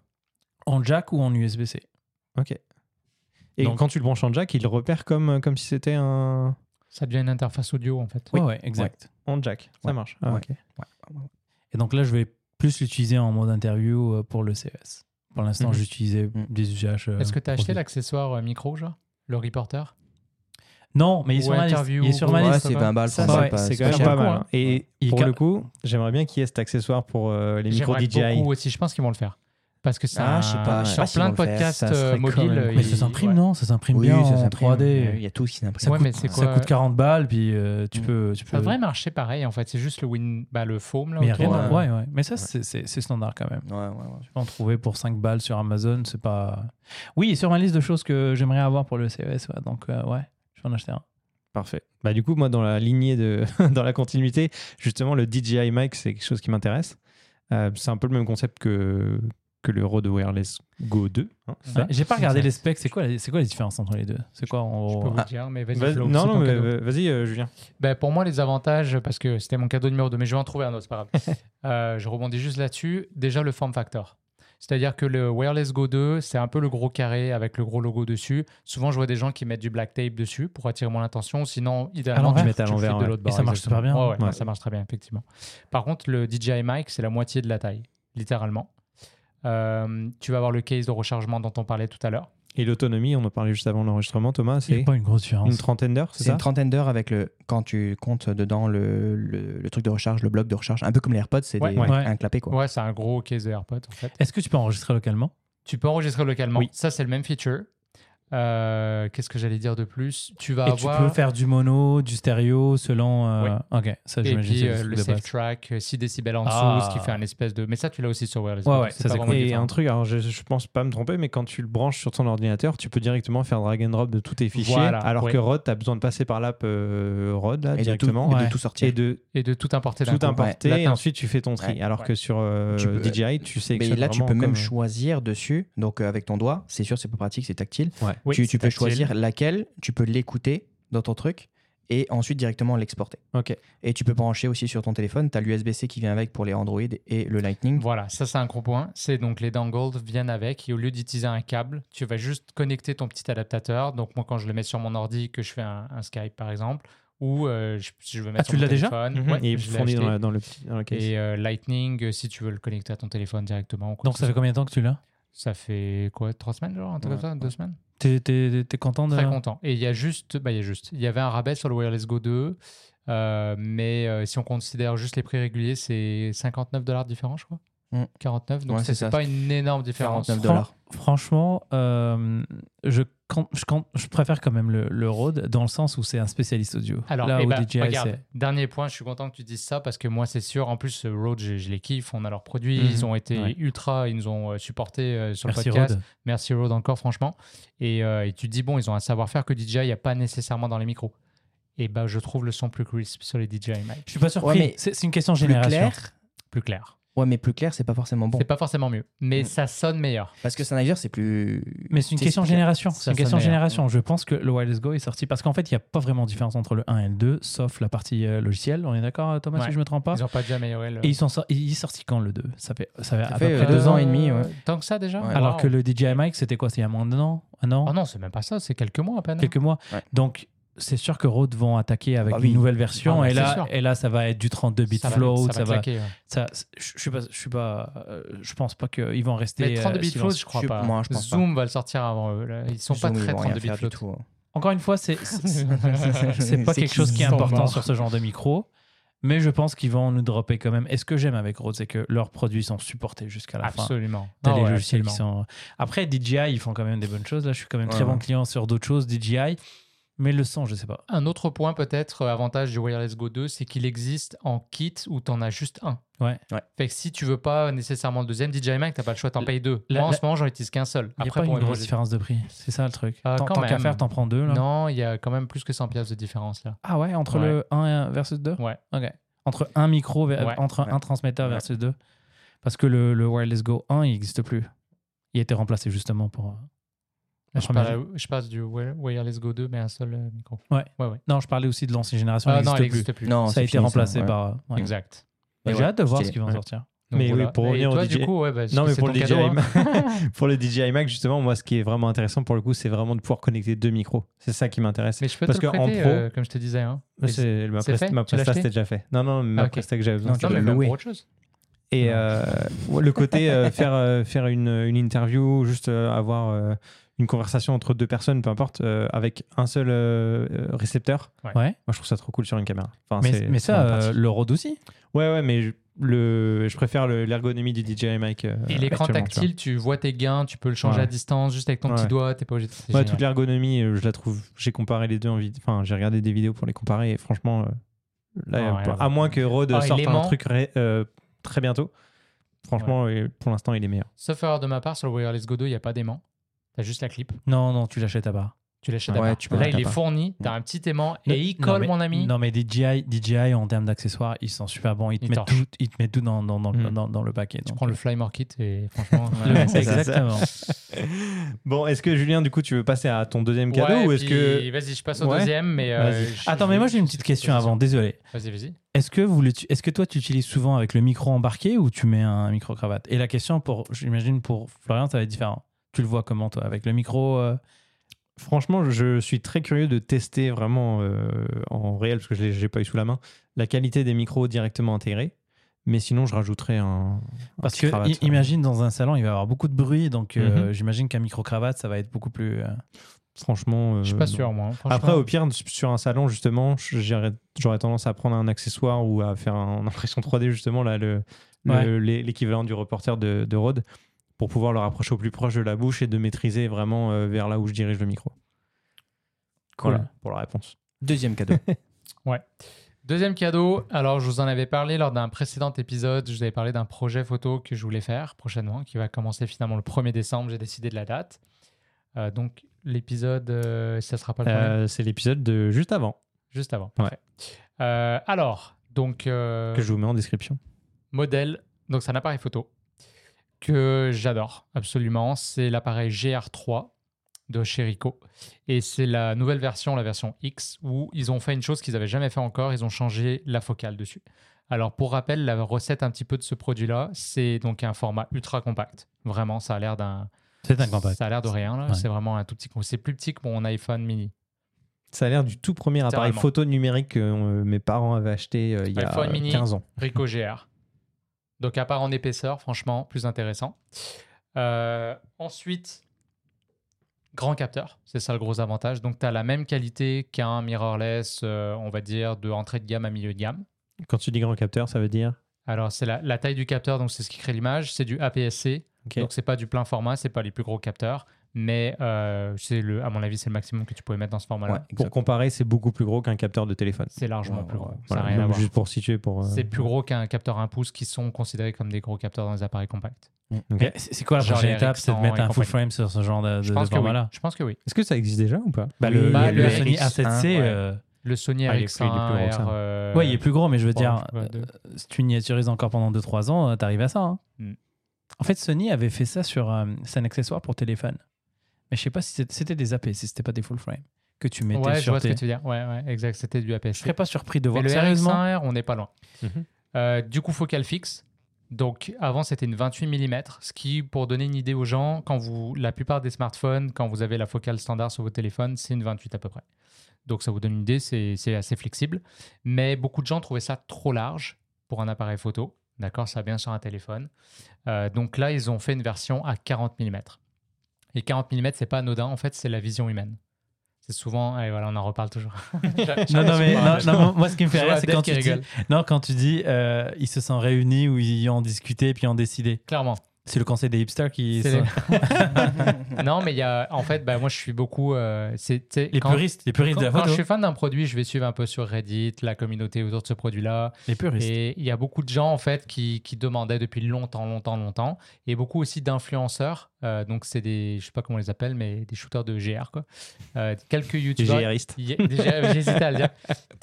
D: En jack ou en USB-C
A: Ok. Et
D: Donc-
A: quand tu le branches en jack, il le repère comme, euh, comme si c'était un.
B: Ça devient une interface audio, en fait.
D: Oui, ouais, exact.
A: En jack. Ça
C: Ouais.
A: marche. Ah,
C: Ouais.
A: ok.
D: Et donc là, je vais plus l'utiliser en mode interview euh, pour le CES. Pour l'instant,
A: Mhm.
D: j'utilisais
C: Mhm.
D: des usages. euh,
B: Est-ce que tu as acheté
D: produits.
B: l'accessoire euh, micro, genre Le reporter
D: Non, mais il est
B: Ou
D: sur ma liste.
B: interview
D: Il est sur ma
B: ou-
D: liste.
B: Malais,
C: Ouais, c'est
B: ça
C: 20 balles,
A: Ça,
C: franchement,
D: ouais,
C: c'est pas-
A: c'est quand
C: c'est pas
A: même
C: cher.
A: pas
D: cool,
A: mal.
D: hein.
A: hein. Et
D: Il
A: pour
D: ca-
A: le coup, j'aimerais bien qu'il y ait cet accessoire pour euh, les micros
B: J'aimerais
A: DJI.
B: beaucoup aussi. Je pense qu'ils vont le faire. Parce que ça.
C: Ah, je sais pas, je sais
B: Sur
C: pas s'ils
B: plein de
C: vont le faire,
B: podcasts
C: ça serait
B: euh,
C: quand
B: mobiles.
C: même
B: euh,
C: cool.
D: Mais
B: ils-
D: ça s'imprime, non Ça s'imprime
C: Oui,
D: bien
C: ça
D: en
C: s'imprime.
D: 3D.
C: Il y a tout qui s'imprime.
D: Ça,
B: Ouais,
D: coûte,
B: mais c'est
D: ça
B: quoi
D: coûte 40 balles, puis euh, tu,
C: Mm.
D: peux, tu peux.
B: Ça devrait marcher pareil, en fait. C'est juste le win... bah, le foam, là.
D: mais il y a
B: autour,
D: rien.
B: euh,
D: à-
C: ouais.
D: Ouais, ouais. Mais ça, c'est- c'est c'est standard quand même.
C: Ouais, ouais, ouais.
D: Tu peux en trouver pour 5 balles sur Amazon, c'est pas. Oui, sur ma liste de choses que j'aimerais avoir pour le CES, ouais, donc euh, ouais, je vais en acheter un.
A: Parfait. Bah, du coup, moi, dans la lignée, de, dans la continuité, justement, le DJI mic, c'est quelque chose qui m'intéresse. Euh, c'est un peu le même concept que, que le Rode Wireless Go 2. hein, c'est ça
D: Ouais, J'ai pas regardé
B: Exact.
D: les specs, c'est quoi, la- c'est quoi les différences entre les deux C'est quoi en
B: Je
D: gros,
B: peux vous
D: ah,
B: le dire, mais vas-y.
A: Vas-
B: Flo,
A: non,
B: c'est
A: non,
B: ton
A: mais
B: cadeau.
A: euh, vas-y, euh, Julien.
B: Ben, pour moi, les avantages, parce que c'était mon cadeau numéro 2, mais je vais en trouver un autre, c'est pas grave. Euh, je rebondis juste là-dessus. Déjà, le form factor. C'est-à-dire que le Wireless Go 2, c'est un peu le gros carré avec le gros logo dessus. Souvent, je vois des gens qui mettent du black tape dessus pour attirer mon attention. Sinon, idéalement,
D: l'envers.
B: tu
A: Ils mettent à
B: tu le
A: l'envers,
B: flippes
A: ouais.
B: de l'autre
D: Et
B: bord.
D: ça marche
B: exactement.
D: super bien.
B: Ouais, ouais,
A: Ouais.
B: Ça marche très bien, effectivement. Par contre, le DJI mic, c'est la moitié de la taille, littéralement. Euh, tu vas avoir le case de rechargement dont on parlait tout à l'heure.
A: Et l'autonomie, on en parlait juste avant l'enregistrement, Thomas,
D: Il n'y a
A: c'est
D: pas une grosse différence.
A: une trentaine d'heures, c'est
C: C'est
A: ça
C: une trentaine d'heures avec le. Quand tu comptes dedans le, le- le truc de recharge, le bloc de recharge, un peu comme les AirPods, c'est
B: Ouais,
C: des-
D: ouais.
C: un clapet quoi.
B: Ouais, c'est un gros case de AirPods en fait.
D: Est-ce que tu peux enregistrer localement
B: Tu peux enregistrer localement.
A: Oui.
B: Ça, c'est le même feature. Euh, Qu'est-ce que j'allais dire de plus Tu vas
D: Et
B: avoir.
D: tu peux faire du mono, du stéréo, selon. euh, Ok, ça
B: Et
D: j'imagine.
B: puis
D: c'est
B: euh,
D: truc
B: le
D: de
B: safe
D: base.
B: track, euh, 6 décibels en dessous,
D: Ah.
B: ce qui fait un espèce de. Mais ça, tu l'as aussi sur Wireless.
D: Ouais,
B: Bluetooth,
D: ouais, ça,
B: pas
D: c'est
B: vraiment
D: cool.
A: Et
B: différent.
A: hein. un truc, alors je, je pense pas me tromper, mais quand tu le branches sur ton ordinateur, tu peux directement faire drag and drop de tous tes fichiers,
B: Voilà,
A: alors
B: oui.
A: que Rode, tu as besoin de passer par l'app euh, Rode là,
C: Et de tout,
A: directement
C: et de
D: Ouais.
C: tout
A: et
C: sortir.
A: de
B: Et de tout importer d'un
A: tout
B: coup.
A: importer
C: Ouais. Là,
A: et
C: t'as-
A: ensuite tu fais ton tri.
C: Ouais.
A: alors que
B: Ouais.
A: sur euh,
C: Tu peux-
A: DJI, tu sais
C: Mais là, tu
A: exactement
C: peux même
A: comme- euh,
C: choisir dessus, donc euh, avec ton doigt, c'est sûr, c'est plus pratique, c'est tactile.
A: Ouais.
B: Oui,
C: tu tu
B: c'est
C: peux
B: tactile.
C: choisir laquelle, tu peux l'écouter dans ton truc et ensuite directement l'exporter.
A: Ok.
C: Et tu peux brancher aussi sur ton téléphone, tu as l'USB-C qui vient avec pour les Android et le Lightning.
B: Voilà, ça c'est un gros point. C'est donc les dongles viennent avec et au lieu d'utiliser un câble, tu vas juste connecter ton petit adaptateur. Donc moi quand je le mets sur mon ordi, que je fais un, un Skype par exemple, ou euh, je, si je veux mettre
D: Ah,
B: sur
D: tu
B: mon
D: l'as déjà
B: téléphone,
A: Mhm.
B: ouais,
A: et
B: je l'ai
A: fourni dans,
B: acheté.
A: la- dans le petit- dans le case.
B: Et euh, Lightning, euh, si tu veux le connecter à ton téléphone directement. ou quoi
D: Donc
B: que
D: ça
B: ce
D: fait combien de temps que tu l'as
B: soit. ça fait quoi Trois semaines genre, un truc
C: Ouais,
B: comme ça, deux semaines.
D: T'es- T'es t'es content de.
B: Très content. Et il y a juste, bah, il y a juste, il y avait un rabais sur le Wireless Go 2, euh, mais euh, si on considère juste les prix réguliers, c'est 59 dollars différents, je crois.
C: Mm.
B: 49, donc
C: Ouais,
B: c'est
C: c'est ça.
B: pas une énorme différence.
C: 49
D: Fran-
C: dollars.
D: Franchement, euh, je, compte- je, compte- je préfère quand même le, le Rode dans le sens où c'est un spécialiste audio.
B: Alors,
D: là
B: eh
D: où
B: ben,
D: DJI,
B: regarde,
D: c'est-
B: dernier point, je suis content que tu dises ça parce que moi, c'est sûr. En plus, euh, Rode, je, je les kiffe. On a leurs produits. Ils
A: Mhm.
B: ont été
A: Ouais.
B: ultra. Ils nous ont euh, supportés euh, sur
D: Merci
B: le podcast.
D: Rode.
B: Merci Rode encore, franchement. Et, euh, et tu te dis, bon, ils ont un savoir-faire que DJI n'y a pas nécessairement dans les micros. Et ben, je trouve le son plus crisp sur les DJI Mic,
D: Je suis pas surpris.
C: Ouais, mais
D: c'est c'est une question de
C: Plus
D: génération.
C: clair
B: plus clair.
C: Ouais, mais plus clair, c'est pas forcément bon.
B: C'est pas forcément mieux, mais
C: Mm.
B: ça sonne meilleur.
C: Parce que Sennheiser, c'est plus.
D: Mais c'est une question de
C: plus clair.
D: génération.
B: Ça
D: C'est une question de
B: sonne meilleur.
D: génération. Je pense que le Wireless Go est sorti parce qu'en fait, il n'y a pas vraiment de différence entre le 1 et le 2, sauf la partie euh, logicielle. On est d'accord, Thomas,
B: Ouais.
D: si je me trompe pas
B: Ils n'ont pas déjà amélioré le.
D: Ah. Et ils sont sor- il est sorti quand le 2 Ça fait, ça fait à
C: fait,
D: peu
C: euh,
D: près deux
C: deux
D: ans.
C: ans et demi, ouais.
B: Tant que ça déjà
C: Ouais.
D: Alors
B: Wow.
D: que le DJI Mic, c'était quoi C'était il y a moins d'un an Un an
B: Oh non, c'est même pas ça, c'est quelques mois à peine.
D: Quelques mois.
C: Ouais.
D: Donc, c'est sûr que Rode vont attaquer avec
C: Bah oui.
D: une nouvelle version.
B: Ah ouais,
D: et,
B: c'est
D: là,
B: sûr.
D: et là, ça va être du 32 bit
B: hein. Ça va-
D: float.
B: ça va claquer, ouais.
D: ça- je je suis pas, je suis pas, euh, je pense pas qu'ils vont rester.
B: Mais 32
D: euh,
B: bits
D: silencieux.
B: float, je crois
C: Je-
B: pas.
C: moi, je pense pas.
B: Zoom va le sortir avant eux. là. Ils sont pas
C: Zoom, ils
B: très
C: vont rien
B: 32 bits
C: faire du
B: float.
C: tout, hein.
D: Encore une fois, c'est c'est- c'est pas
C: C'est
D: quelque chose qui est
B: qu'ils sont
D: important
B: morts.
D: sur ce genre de micro. Mais je pense qu'ils vont nous dropper quand même. Et ce que j'aime avec Rode, c'est que leurs produits sont supportés jusqu'à la fin.
B: Absolument.
D: T'as
B: Ah
D: les
B: ouais,
D: logiciels qui
B: absolument.
D: sont. euh, Après, DJI, ils font quand même des bonnes choses. Là, je suis quand même
C: Ouais,
D: très bon
C: ouais.
D: client sur d'autres choses, DJI. Mais le son, je sais pas.
B: Un autre point peut-être, euh, avantage du Wireless Go 2, c'est qu'il existe en kit où t'en as juste un.
D: Ouais.
C: Ouais.
B: Fait que si tu veux pas nécessairement le deuxième, DJI Mac, t'as pas le choix, t'en
D: La-
B: payes deux.
D: la-
B: Moi, en
D: la-
B: ce moment, j'en utilise qu'un seul.
D: Il n'y a
B: Après,
D: pas
B: pour
D: une
B: mes
D: grosse
B: projets-
D: différence de prix. C'est ça le truc.
B: Euh,
D: tant
B: quand
D: tant qu'à
B: même.
D: faire, t'en prends deux. Là.
B: Non, il y a quand même plus que 100 pièces de différence là.
D: Ah ouais, entre
B: Ouais.
D: le 1 versus 2
B: Ouais.
D: Ok. Entre un micro, ver-
B: Ouais.
D: entre un
C: Ouais.
D: transmetteur
C: Ouais.
D: versus 2. Parce que le, le Wireless Go 1, il n'existe plus. Il a été remplacé justement pour. euh, la
B: Je
D: première-
B: parle, je passe du Wire- Wireless Go 2, mais un seul euh, micro.
D: Ouais.
B: ouais, ouais.
D: Non, je parlais aussi de l'ancienne génération.
B: Ah
D: il
B: non, elle
D: n'existe plus.
B: n'existe plus.
C: Non,
D: ça
C: c'est
D: a été
C: fini,
D: remplacé
C: ouais.
D: par. euh, ouais.
B: Exact.
D: Bah,
C: Mais
D: J'ai
C: ouais,
D: hâte de voir
C: stylé.
D: ce qu'ils vont
A: Ouais.
D: sortir.
B: Donc,
A: Mais oui,
B: voilà.
A: pour
B: Et
A: revenir au
B: toi, du
A: DJ.
B: coup, ouais, bah,
A: Non, mais
B: c'est
A: pour
B: ton
A: le DJI
B: cadeau, hein.
A: Mac, pour le DJI Mac, justement, moi, ce qui est vraiment intéressant pour le coup, c'est vraiment de pouvoir connecter deux micros. C'est ça qui m'intéresse.
B: Mais je peux
A: Parce
B: te le
A: que en
B: prêter,
A: pro-
B: euh, comme je te disais. Hein.
A: Mais c'est- Ma,
B: c'est
A: presta-
B: fait
A: ma
B: Tu l'as
A: presta,
B: acheté
A: c'était déjà fait. Non, non, ma
B: Ah, ok.
A: presta que j'avais besoin.
C: Non,
A: c'était
B: Non, mais
C: le
B: même
C: louer.
B: pour autre chose.
A: Et euh, le côté euh, faire, euh, faire une, une interview, juste euh, avoir euh, une conversation entre deux personnes, peu importe, euh, avec un seul euh, euh, récepteur.
B: Ouais.
D: Ouais.
A: Moi, je trouve ça trop cool sur une caméra. Enfin,
D: Mais,
A: c'est-
D: mais
A: c'est
D: ça,
A: vraiment pratique.
D: euh, le Rode aussi.
A: Ouais, ouais, mais je, le, je préfère le- l'ergonomie du DJI Mic. euh,
B: Et
A: actuellement, tu
B: l'écran
A: vois.
B: tactile, tu vois tes gains, tu peux le changer
A: Ouais.
B: à distance juste avec ton
A: Ouais.
B: petit doigt, t'es pas obligé de. hein. c'est
A: Ouais,
B: génial.
A: toute l'ergonomie, euh, je la trouve. J'ai comparé les deux en vidéo. Enfin, j'ai regardé des vidéos pour les comparer et franchement, euh, là,
B: Ouais,
A: pour-
B: ouais.
A: à moins que Rode
B: Ah, et
A: sorte un
B: l'aimant.
A: truc ré- euh, très bientôt, franchement, euh, pour l'instant, il est meilleur.
B: Sauf erreur de ma part, sur le Wireless Go 2, il n'y a pas d'aimant. T'as juste la clip.
D: Non, non, tu l'achètes à part.
B: Tu l'achètes
C: Ouais,
B: à part.
C: tu peux
B: Là,
C: l'acheter
B: il
C: à
B: est
C: part.
B: fourni. T'as un petit aimant et il colle,
D: mais-
B: mon ami.
D: Non, mais DJI, DJI en termes d'accessoires, ils sont super bons. Ils te,
B: Ils
D: mettent,
B: torchent.
D: tout, ils te mettent tout dans, dans, dans,
A: Mm.
D: dans- dans le paquet.
B: Tu
D: donc.
B: prends le Fly More Kit et franchement. euh,
D: Le-
A: Ouais, c'est ça.
D: Exactement.
A: Bon, est-ce que Julien, du coup, tu veux passer à ton deuxième cadeau
B: Ouais,
A: ou est-ce
B: puis,
A: que.
B: Vas-y, je passe au
A: Ouais.
B: deuxième, mais. euh,
A: Vas-y.
B: je-
D: Attends, mais moi j'ai une petite question avant, désolé.
B: Vas-y, vas-y.
D: Est-ce que, vous l'uti- est-ce que toi tu utilises souvent avec le micro embarqué ou tu mets un micro-cravate Et la question, pour, j'imagine pour Florian, ça va être différent. Tu le vois comment toi Avec le micro. euh,
A: Franchement, je suis très curieux de tester vraiment euh, en réel, parce que je l'ai- je l'ai pas eu sous la main, la qualité des micros directement intégrés. Mais sinon, je rajouterais un.
D: Parce
C: petite
D: que
C: cravate,
D: i-
C: ouais.
D: imagine dans un salon, il va y avoir beaucoup de bruit, donc euh,
A: Mhm.
B: Mm-hmm.
D: j'imagine qu'un micro cravate, ça va être beaucoup plus. euh,
A: Franchement.
B: Je suis
A: euh,
B: pas
A: non.
B: sûr, moi. hein, franchement.
A: Après, au pire, sur un salon, justement, j'irais- j'aurais tendance à prendre un accessoire ou à faire un- une impression 3D, justement, là, le-
D: Ouais.
A: le- l'é- l'équivalent du reporter de, de Rhodes, pour pouvoir le rapprocher au plus proche de la bouche et de maîtriser vraiment euh, vers là où je dirige le micro.
D: Cool.
A: Voilà, pour la réponse.
C: Deuxième cadeau.
B: Deuxième cadeau, alors je vous en avais parlé lors d'un précédent épisode, je vous avais parlé d'un projet photo que je voulais faire prochainement, qui va commencer finalement le 1er décembre, j'ai décidé de la date. Euh, donc l'épisode, euh, ça sera pas le premier,
A: Euh, C'est l'épisode de juste avant
B: juste avant. parfait. Euh, alors, donc... euh,
A: que je vous mets en description.
B: modèle, donc c'est un appareil photo que j'adore absolument. C'est l'appareil GR3 de chez Ricoh. Et c'est la nouvelle version, la version X, où ils ont fait une chose qu'ils n'avaient jamais fait encore, ils ont changé la focale dessus. Alors pour rappel, la recette un petit peu de ce produit-là, c'est donc un format ultra compact. Vraiment, ça a l'air d'un...
D: C'est un compact.
B: Ça a l'air de rien, là.
D: Ouais.
B: C'est vraiment un tout petit... C'est plus petit que mon iPhone mini.
A: Ça a l'air du tout premier appareil
B: Littéralement.
A: photo numérique que euh, mes parents avaient acheté euh, il y a
B: iPhone mini.
A: 15 ans.
B: Ricoh GR. Donc à part en épaisseur, franchement, plus intéressant. Euh, ensuite, grand capteur, c'est ça le gros avantage. Donc tu as la même qualité qu'un mirrorless, euh, on va dire, de entrée de gamme à milieu de gamme.
A: Quand tu dis grand capteur, ça veut dire.
B: Alors c'est la, la taille du capteur, donc c'est ce qui crée l'image, c'est du APS-C,
A: Ok.
B: donc c'est pas du plein format, c'est pas les plus gros capteurs, mais euh, c'est le, à mon avis c'est le maximum que tu pouvais mettre dans ce format-là.
C: Ouais,
A: pour
C: exact.
A: comparer, c'est beaucoup plus gros qu'un capteur de téléphone.
B: C'est largement
C: Ouais,
B: plus
C: ouais,
B: gros.
C: ouais.
B: Ça n'a
A: Voilà,
B: rien à
A: donc
B: voir.
A: juste pour situer. Pour, euh,
B: C'est plus gros qu'un capteur 1 pouce qui sont considérés comme des gros capteurs dans les appareils compacts.
A: ok.
D: Mais C'est c'est quoi la
B: Genre
D: prochaine
B: les
D: étape C'est de
B: Ericsson
D: mettre
B: et
D: un full
B: compagnie.
D: frame sur ce genre de, de,
B: Je
D: de
B: pense, que oui.
D: format-là
B: je pense que oui.
A: Est-ce que ça existe déjà ou pas
D: Bah, le,
B: Bah,
D: le-
B: le
D: le Sony
B: RX1,
D: A7C,
B: ouais.
D: euh,
B: Le Sony
A: Ah, il est plus-
B: RX1
A: il est plus gros que ça.
B: R, euh,
D: ouais, il est plus gros, mais je veux
B: trois,
D: dire,
B: je sais pas, deux.
D: euh, si tu miniaturises encore pendant 2-3 ans, euh, t'arrives à ça. hein.
B: Hmm.
D: En fait, Sony avait fait ça sur. euh, c'est un accessoire pour téléphone. Mais je sais pas si c'était c'était des AP, si c'était pas des full frame que tu mettais
B: Ouais, je
D: sur
B: vois ce que
D: tes.
B: tu veux dire. Ouais, ouais, exact. C'était du
D: Je
B: APS.
D: serais pas surpris de
B: Mais
D: voir.
B: le
D: Sérieusement,
B: RX1 R, on n'est pas loin.
A: Mhm.
B: Euh, du coup, focale fixe. Donc, avant, c'était une 28 mm, ce qui, pour donner une idée aux gens, quand vous, la plupart des smartphones, quand vous avez la focale standard sur votre téléphone, c'est une 28 à peu près. Donc, ça vous donne une idée, c'est c'est assez flexible. Mais beaucoup de gens trouvaient ça trop large pour un appareil photo. D'accord, ça va bien sur un téléphone. Euh, donc là, ils ont fait une version à 40 mm. Et 40 mm, c'est pas anodin, en fait, c'est la vision humaine. C'est souvent, et voilà, on en reparle toujours.
D: Non, non, mais non, non, moi, ce qui me
B: Je
D: fait
B: vois
D: rire, c'est
B: Abdel
D: quand
B: qui
D: tu dis,
B: rigole.
D: non, quand tu dis, euh, ils se sont réunis ou ils ont discuté et puis ont décidé.
B: Clairement.
D: C'est le conseil des hipsters qui
B: C'est
D: sont
B: non, mais il y a, en fait, bah, moi, je suis beaucoup. euh, c'est, tu sais,
D: les
B: quand,
D: puristes, les puristes
B: quand-
D: de la
B: quand
D: photo.
B: je suis fan d'un produit, je vais suivre un peu sur Reddit, la communauté autour de ce produit-là.
D: Les puristes.
B: Et il y a beaucoup de gens, en fait, qui, qui demandaient depuis longtemps, longtemps, longtemps. Et beaucoup aussi d'influenceurs. Euh, donc, c'est des, je sais pas comment on les appelle, mais des shooters de GR, quoi. Euh, quelques
A: Les
B: youtubeurs.
A: GRistes.
B: Il y a- déjà, J'hésitais à le dire.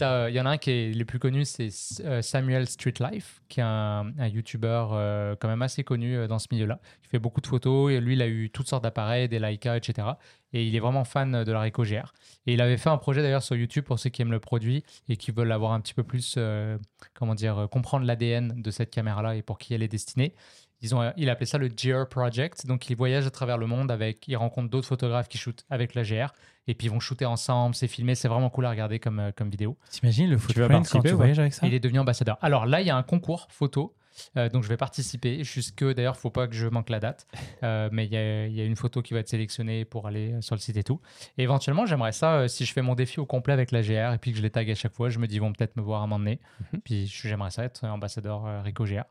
B: euh, Il y en a un qui est le plus connu, c'est S- euh, Samuel Streetlife, qui est un, un YouTuber euh, quand même assez connu euh, dans ce milieu-là. Il fait beaucoup de photos et lui, il a eu toutes sortes d'appareils, des Leica, etc. Et il est vraiment fan euh, de la Ricoh GR. Et il avait fait un projet d'ailleurs sur YouTube pour ceux qui aiment le produit et qui veulent avoir un petit peu plus, euh, comment dire, euh, comprendre l'ADN de cette caméra-là et pour qui elle est destinée. Ils ont, il appelait ça le GR Project. Donc, il voyage à travers le monde avec, il rencontre d'autres photographes qui shootent avec la GR et puis ils vont shooter ensemble, c'est filmé, c'est vraiment cool à regarder comme, euh, comme vidéo.
D: T'imagines le
A: vas
D: footprint quand
A: participer
D: tu
A: ou pas
D: voyages avec ça
B: Et il est devenu ambassadeur. Alors là, il y a un concours photo, euh, donc je vais participer jusque, d'ailleurs, faut pas que je manque la date, euh, mais il y, a- il y a une photo qui va être sélectionnée pour aller euh, sur le site et tout. Et éventuellement, j'aimerais ça, euh, si je fais mon défi au complet avec la GR et puis que je les tag à chaque fois, je me dis, ils vont peut-être me voir à un moment donné.
D: Mhm.
B: Puis je- j'aimerais ça être ambassadeur euh, Ricoh GR.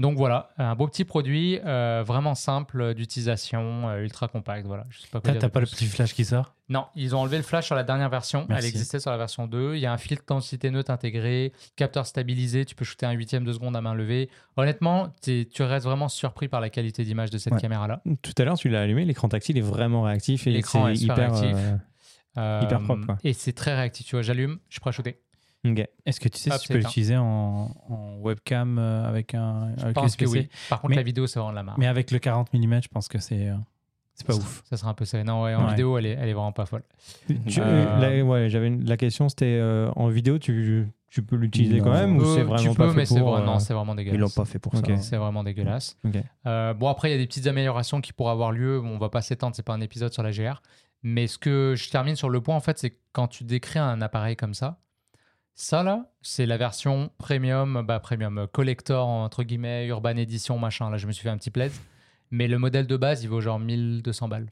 B: Donc voilà, un beau petit produit, euh, vraiment simple euh, d'utilisation, euh, ultra compact. Voilà, je sais pas quoi
D: T'as
B: dire
D: t'as
B: de
D: pas le
B: plus.
D: petit flash qui sort
B: Non, ils ont enlevé le flash sur la dernière version.
D: Merci.
B: Elle existait sur la version 2. Il y a un filtre densité neutre intégré, capteur stabilisé, tu peux shooter un huitième de seconde à main levée. Honnêtement, t'es- tu restes vraiment surpris par la qualité d'image de cette
C: Ouais.
B: caméra-là.
A: Tout à l'heure, tu l'as allumé, l'écran tactile est vraiment réactif et
B: L'écran
A: c'est
B: est super
A: hyper.
B: réactif.
A: euh,
B: Euh,
A: Hyper propre, quoi.
B: Et c'est très réactif. Tu vois, j'allume, je suis prêt à shooter.
A: euh, ok.
D: Est-ce que tu sais
B: Hop,
D: si tu
B: c'est
D: peux
B: éteint.
D: l'utiliser en, en webcam euh, avec un
B: Je
D: avec
B: pense que
D: USB-C?
B: oui. Par contre,
D: Mais-
B: la vidéo, ça va de la marre.
D: Mais avec le 40 mm, je pense que c'est euh, c'est pas
B: Ça-
D: ouf.
B: Ça sera un peu serré. Non, ouais, en
D: Ouais.
B: vidéo, elle est, elle est vraiment pas folle.
A: Tu-
B: Euh,
A: euh, la, ouais, j'avais une- la question, c'était euh, en vidéo, tu, tu peux l'utiliser
C: Non.
A: quand même ou
B: Euh,
A: c'est vraiment
B: tu
A: pas
B: peux,
A: fait
B: mais c'est
A: pour,
B: vra-
A: euh,
B: non, c'est vraiment
C: Ils
B: dégueulasse.
C: l'ont pas fait pour
A: Ok.
C: ça. hein.
B: Euh, C'est vraiment dégueulasse.
A: Ok.
B: Euh, bon, après, il y a des petites améliorations qui pourraient avoir lieu. Bon, on va pas s'étendre, c'est pas un épisode sur la GR. Mais ce que je termine sur le point, en fait, c'est que quand tu décris un appareil comme ça, Ça, là, c'est la version premium, bah, premium euh, collector, entre guillemets, urban edition, machin. Là, je me suis fait un petit plaid. Mais le modèle de base, il vaut genre 1200 balles.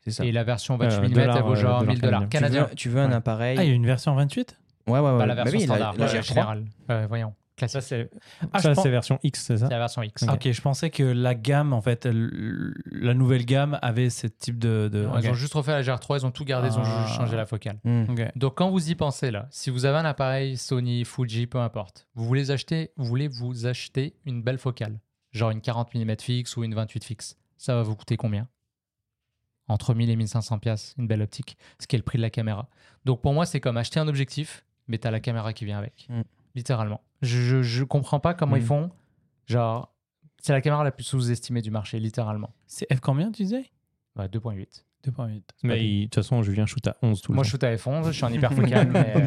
C: C'est ça.
B: Et la version 28
D: Euh,
B: mm,
D: dollars,
B: elle vaut
D: euh,
B: genre
D: dollars
B: 1000 dollars
C: tu
B: canadiens.
C: veux, tu veux un
D: Ouais.
C: appareil
D: Ah, il y a une version 28
C: Ouais, ouais, ouais.
B: Pas la
C: Bah
B: version
C: oui, là-
B: standard,
C: là,
B: la
C: j'ai trois.
B: générale. Euh, voyons, classique.
A: c'est
D: Ah, je
A: ça,
D: pense-
A: c'est version X, c'est ça
B: C'est la version X.
D: Ah, ok, je pensais que la gamme, en fait, l- la nouvelle gamme avait ce type de. de...
B: Non,
D: ok.
B: Ils ont juste refait la GR3, ils ont tout gardé, ils ont
D: Ah.
B: juste changé la focale.
C: Hmm.
D: Ok.
B: Donc quand vous y pensez là, si vous avez un appareil Sony, Fuji, peu importe, vous voulez acheter, vous voulez vous acheter une belle focale, genre une 40 mm fixe ou une 28 fixe, ça va vous coûter combien Entre 1000 et 1500 pièces, une belle optique, ce qui est le prix de la caméra. Donc pour moi, c'est comme acheter un objectif, mais t'as la caméra qui vient avec,
C: Mm.
B: littéralement. Je, je, je comprends pas comment
C: Mm.
B: ils font, genre c'est la caméra la plus sous-estimée du marché, littéralement.
D: C'est F combien, tu disais
B: Bah, 2.8.
D: 2.8.
A: Mais il- de toute façon, Julien shoot à 11 tout le
B: Moi, je
A: temps.
B: shoot à fond, je suis en hyperfocale, mais euh,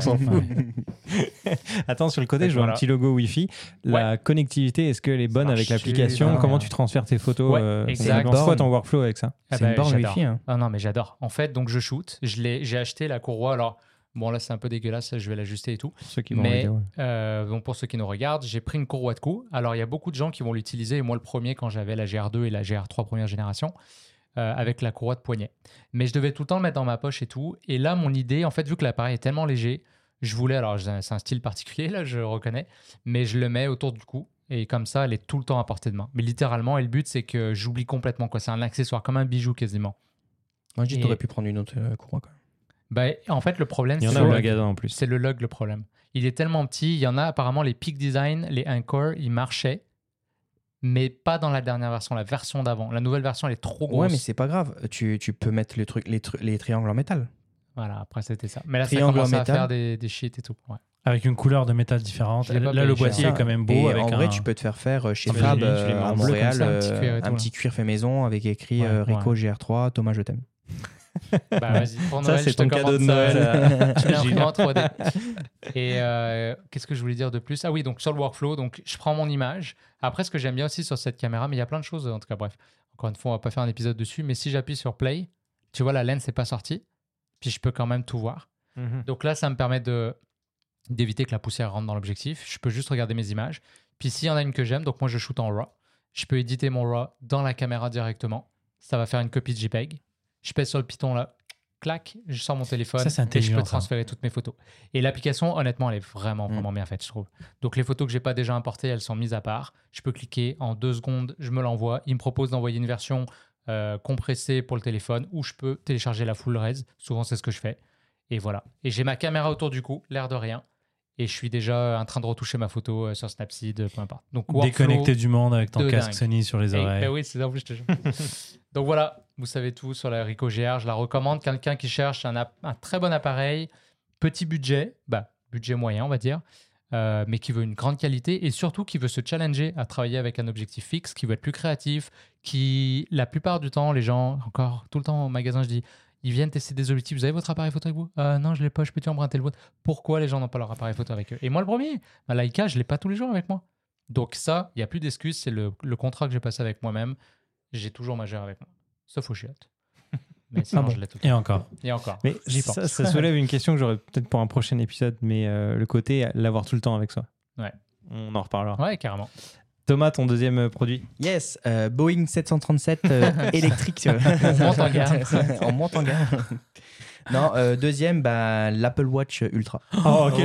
A: Attends, sur le côté, je vois
B: Voilà.
A: un petit logo Wi-Fi. La connectivité, est-ce qu'elle est bonne
B: marche
A: avec
B: super
A: l'application
B: bien.
A: Comment tu transfères tes photos
B: Ouais,
A: euh,
B: exact.
A: C'est quoi ton workflow avec ça
B: Ah
C: C'est une
B: bah,
C: borne
B: j'adore.
C: Wi-Fi. hein.
B: Ah non, mais j'adore. En fait, donc je shoot. Je l'ai, j'ai acheté la courroie. Alors, bon, là, c'est un peu dégueulasse. Je vais l'ajuster et tout.
A: Pour ceux qui vont
B: Mais-
A: regarder, ouais.
B: Euh, donc, pour ceux qui nous regardent, j'ai pris une courroie de cou. Alors, il y a beaucoup de gens qui vont l'utiliser. Et moi, le premier, quand j'avais la GR2 et la GR3 première génération, euh, avec la courroie de poignet. Mais je devais tout le temps le mettre dans ma poche et tout. Et là, mon idée, en fait, vu que l'appareil est tellement léger, je voulais. Alors, j'ai un- c'est un style particulier, là, je le reconnais. Mais je le mets autour du cou. Et comme ça, elle est tout le temps à portée de main. Mais littéralement, et le but, c'est que j'oublie complètement quoi. C'est un accessoire, comme un bijou quasiment.
C: Moi, je dis,
B: Et-
C: t'aurais pu prendre une autre euh, courroie. quoi.
B: Bah, en fait, le problème,
A: Il y en
B: c'est
A: a au
B: le-
A: magasin en plus.
B: c'est le log le problème. Il est tellement petit, il y en a apparemment les Peak Design, les Anchor, ils marchaient, mais pas dans la dernière version, la version d'avant. La nouvelle version, elle est trop grosse.
C: Ouais, mais c'est pas grave. Tu, tu peux mettre le truc, les, tru- les triangles en métal.
B: Voilà, après c'était ça. Mais là, ça
C: Triangle en
B: commence à
C: métal.
B: faire des, des shit et tout. Ouais.
D: Avec une couleur de métal différente.
B: Je l'ai pas
D: Là, le
B: payé cher.
D: boîtier
C: Ça,
D: est quand même beau.
C: Et
D: avec
C: en vrai,
D: un-
C: tu peux te faire faire euh, chez
A: Ah, mais
C: Fab
A: j'ai- je l'ai
C: euh,
A: mis en
C: à
A: bleu
B: comme
C: Montréal
B: ça, un petit cuir et
C: euh,
B: tout,
C: un
B: là.
C: petit cuir fait maison avec écrit
B: Ouais,
C: euh,
B: ouais.
C: Rico GR3, Thomas, je t'aime.
B: Bah, vas-y, pour
A: Ça,
B: Noël,
A: c'est
B: je te
A: ton cadeau
B: commande
A: de
B: ça.
A: Noël.
B: Je mets un imprimante 3D. Et euh, qu'est-ce que je voulais dire de plus Ah oui, donc sur le workflow, donc je prends mon image. Après, ce que j'aime bien aussi sur cette caméra, mais il y a plein de choses, en tout cas, bref. Encore une fois, on va pas faire un épisode dessus, mais si j'appuie sur play, tu vois, la lens n'est pas sortie. Puis je peux quand même tout voir.
A: Mhm.
B: Donc là, ça me permet de d'éviter que la poussière rentre dans l'objectif. Je peux juste regarder mes images. Puis s'il y en a une que j'aime, donc moi je shoot en RAW, je peux éditer mon RAW dans la caméra directement. Ça va faire une copie de JPEG. Je pèse sur le piton là, clac, je sors mon téléphone
D: Ça, c'est
B: et je
D: intelligent,
B: peux
D: ça. Mm.
B: transférer toutes mes photos. Et l'application, honnêtement, elle est vraiment vraiment bien faite, je trouve. Donc les photos que j'ai pas déjà importées, elles sont mises à part. Je peux cliquer en deux secondes, je me l'envoie. Il me propose d'envoyer une version euh, compressée pour le téléphone ou je peux télécharger la full res. Souvent c'est ce que je fais. Et voilà. Et j'ai ma caméra autour du cou, l'air de rien. Et je suis déjà en train de retoucher ma photo euh, sur Snapseed, euh, peu importe. Donc workflow-
D: Déconnecté du monde avec ton
B: de
D: casque
B: dingue.
D: Sony sur les
B: Eh,
D: oreilles.
B: ben oui, c'est ça, en plus, je te jure. Donc voilà, vous savez tout sur la Ricoh GR. Je la recommande. Quelqu'un qui cherche un, app- un très bon appareil, petit budget, bah, budget moyen, on va dire, euh, mais qui veut une grande qualité et surtout qui veut se challenger à travailler avec un objectif fixe, qui veut être plus créatif, qui, la plupart du temps, les gens, encore tout le temps au magasin, je dis, ils viennent tester des objectifs. Vous avez votre appareil photo avec vous Euh, Non, je l'ai pas, je peux-tu emprunter le vôtre Pourquoi les gens n'ont pas leur appareil photo avec eux Et moi, le premier, ma Leica, je l'ai pas tous les jours avec moi. Donc ça, il n'y a plus d'excuses, c'est le, le contrat que j'ai passé avec moi-même. J'ai toujours ma gère avec moi, sauf au chiottes. Mais
C: Ah
B: sinon,
D: bon.
B: je l'ai tout le
D: Et encore.
B: temps. Et encore.
A: Mais
B: J'y
A: ça, ça soulève une question que j'aurais peut-être pour un prochain épisode, mais euh, le côté l'avoir tout le temps avec soi.
B: Ouais.
A: On en reparlera.
B: Ouais, carrément.
A: Thomas, ton deuxième euh, produit.
C: Yes, euh, Boeing 737 euh, électrique. sur-
B: On monte en gamme.
C: On monte en gamme. Non, euh, deuxième, bah, l'Apple Watch Ultra.
A: Oh,
B: Oui.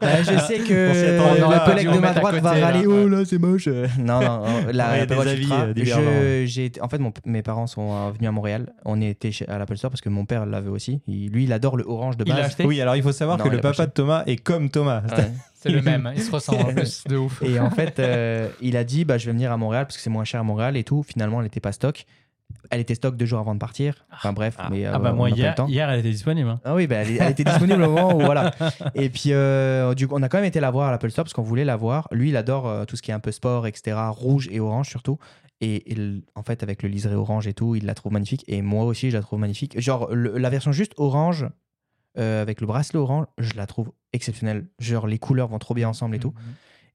C: Bah, je sais
A: On s'y
C: que
A: attendait
C: mon
A: pas.
C: collègue
B: On
C: de ma
B: mettre à
C: droite va
B: côté, là.
C: râler. Oh là, c'est moche. Non, non, la
A: Ouais,
C: Apple
A: des
C: Watch
A: avis,
C: Ultra,
A: euh, divergents,
C: je, j'ai été- en fait, mon- mes parents sont euh, venus à Montréal. On était chez- à l'Apple Store parce que mon père l'avait aussi. Il- lui, il adore le orange de
A: Il a
C: base.
A: acheté Oui, alors il faut savoir
C: Non,
A: que
C: il
A: le
C: a pas
A: papa de
C: acheté.
A: Thomas est comme Thomas.
C: Ouais.
B: C'est le même, hein. il se ressemble en plus, de ouf.
C: Et en fait, euh, il a dit bah, Je vais venir à Montréal parce que c'est moins cher à Montréal et tout. Finalement, elle n'était pas stock. Elle était stock deux jours avant de partir. Enfin bref, mais euh,
D: Ah bah
C: on
D: moi,
C: a pas eu
D: hier,
C: le temps.
D: hier, elle était disponible. hein.
C: Ah oui, bah, elle, elle était disponible au moment où voilà. Et puis, euh, du coup, on a quand même été la voir à l'Apple Store parce qu'on voulait la voir. Lui, il adore euh, tout ce qui est un peu sport, etc. Rouge et orange surtout. Et il- en fait, avec le liseré orange et tout, il la trouve magnifique. Et moi aussi, je la trouve magnifique. Genre, le- la version juste orange, euh, avec le bracelet orange, je la trouve exceptionnelle. Genre, les couleurs vont trop bien
B: Mm.
C: ensemble et tout.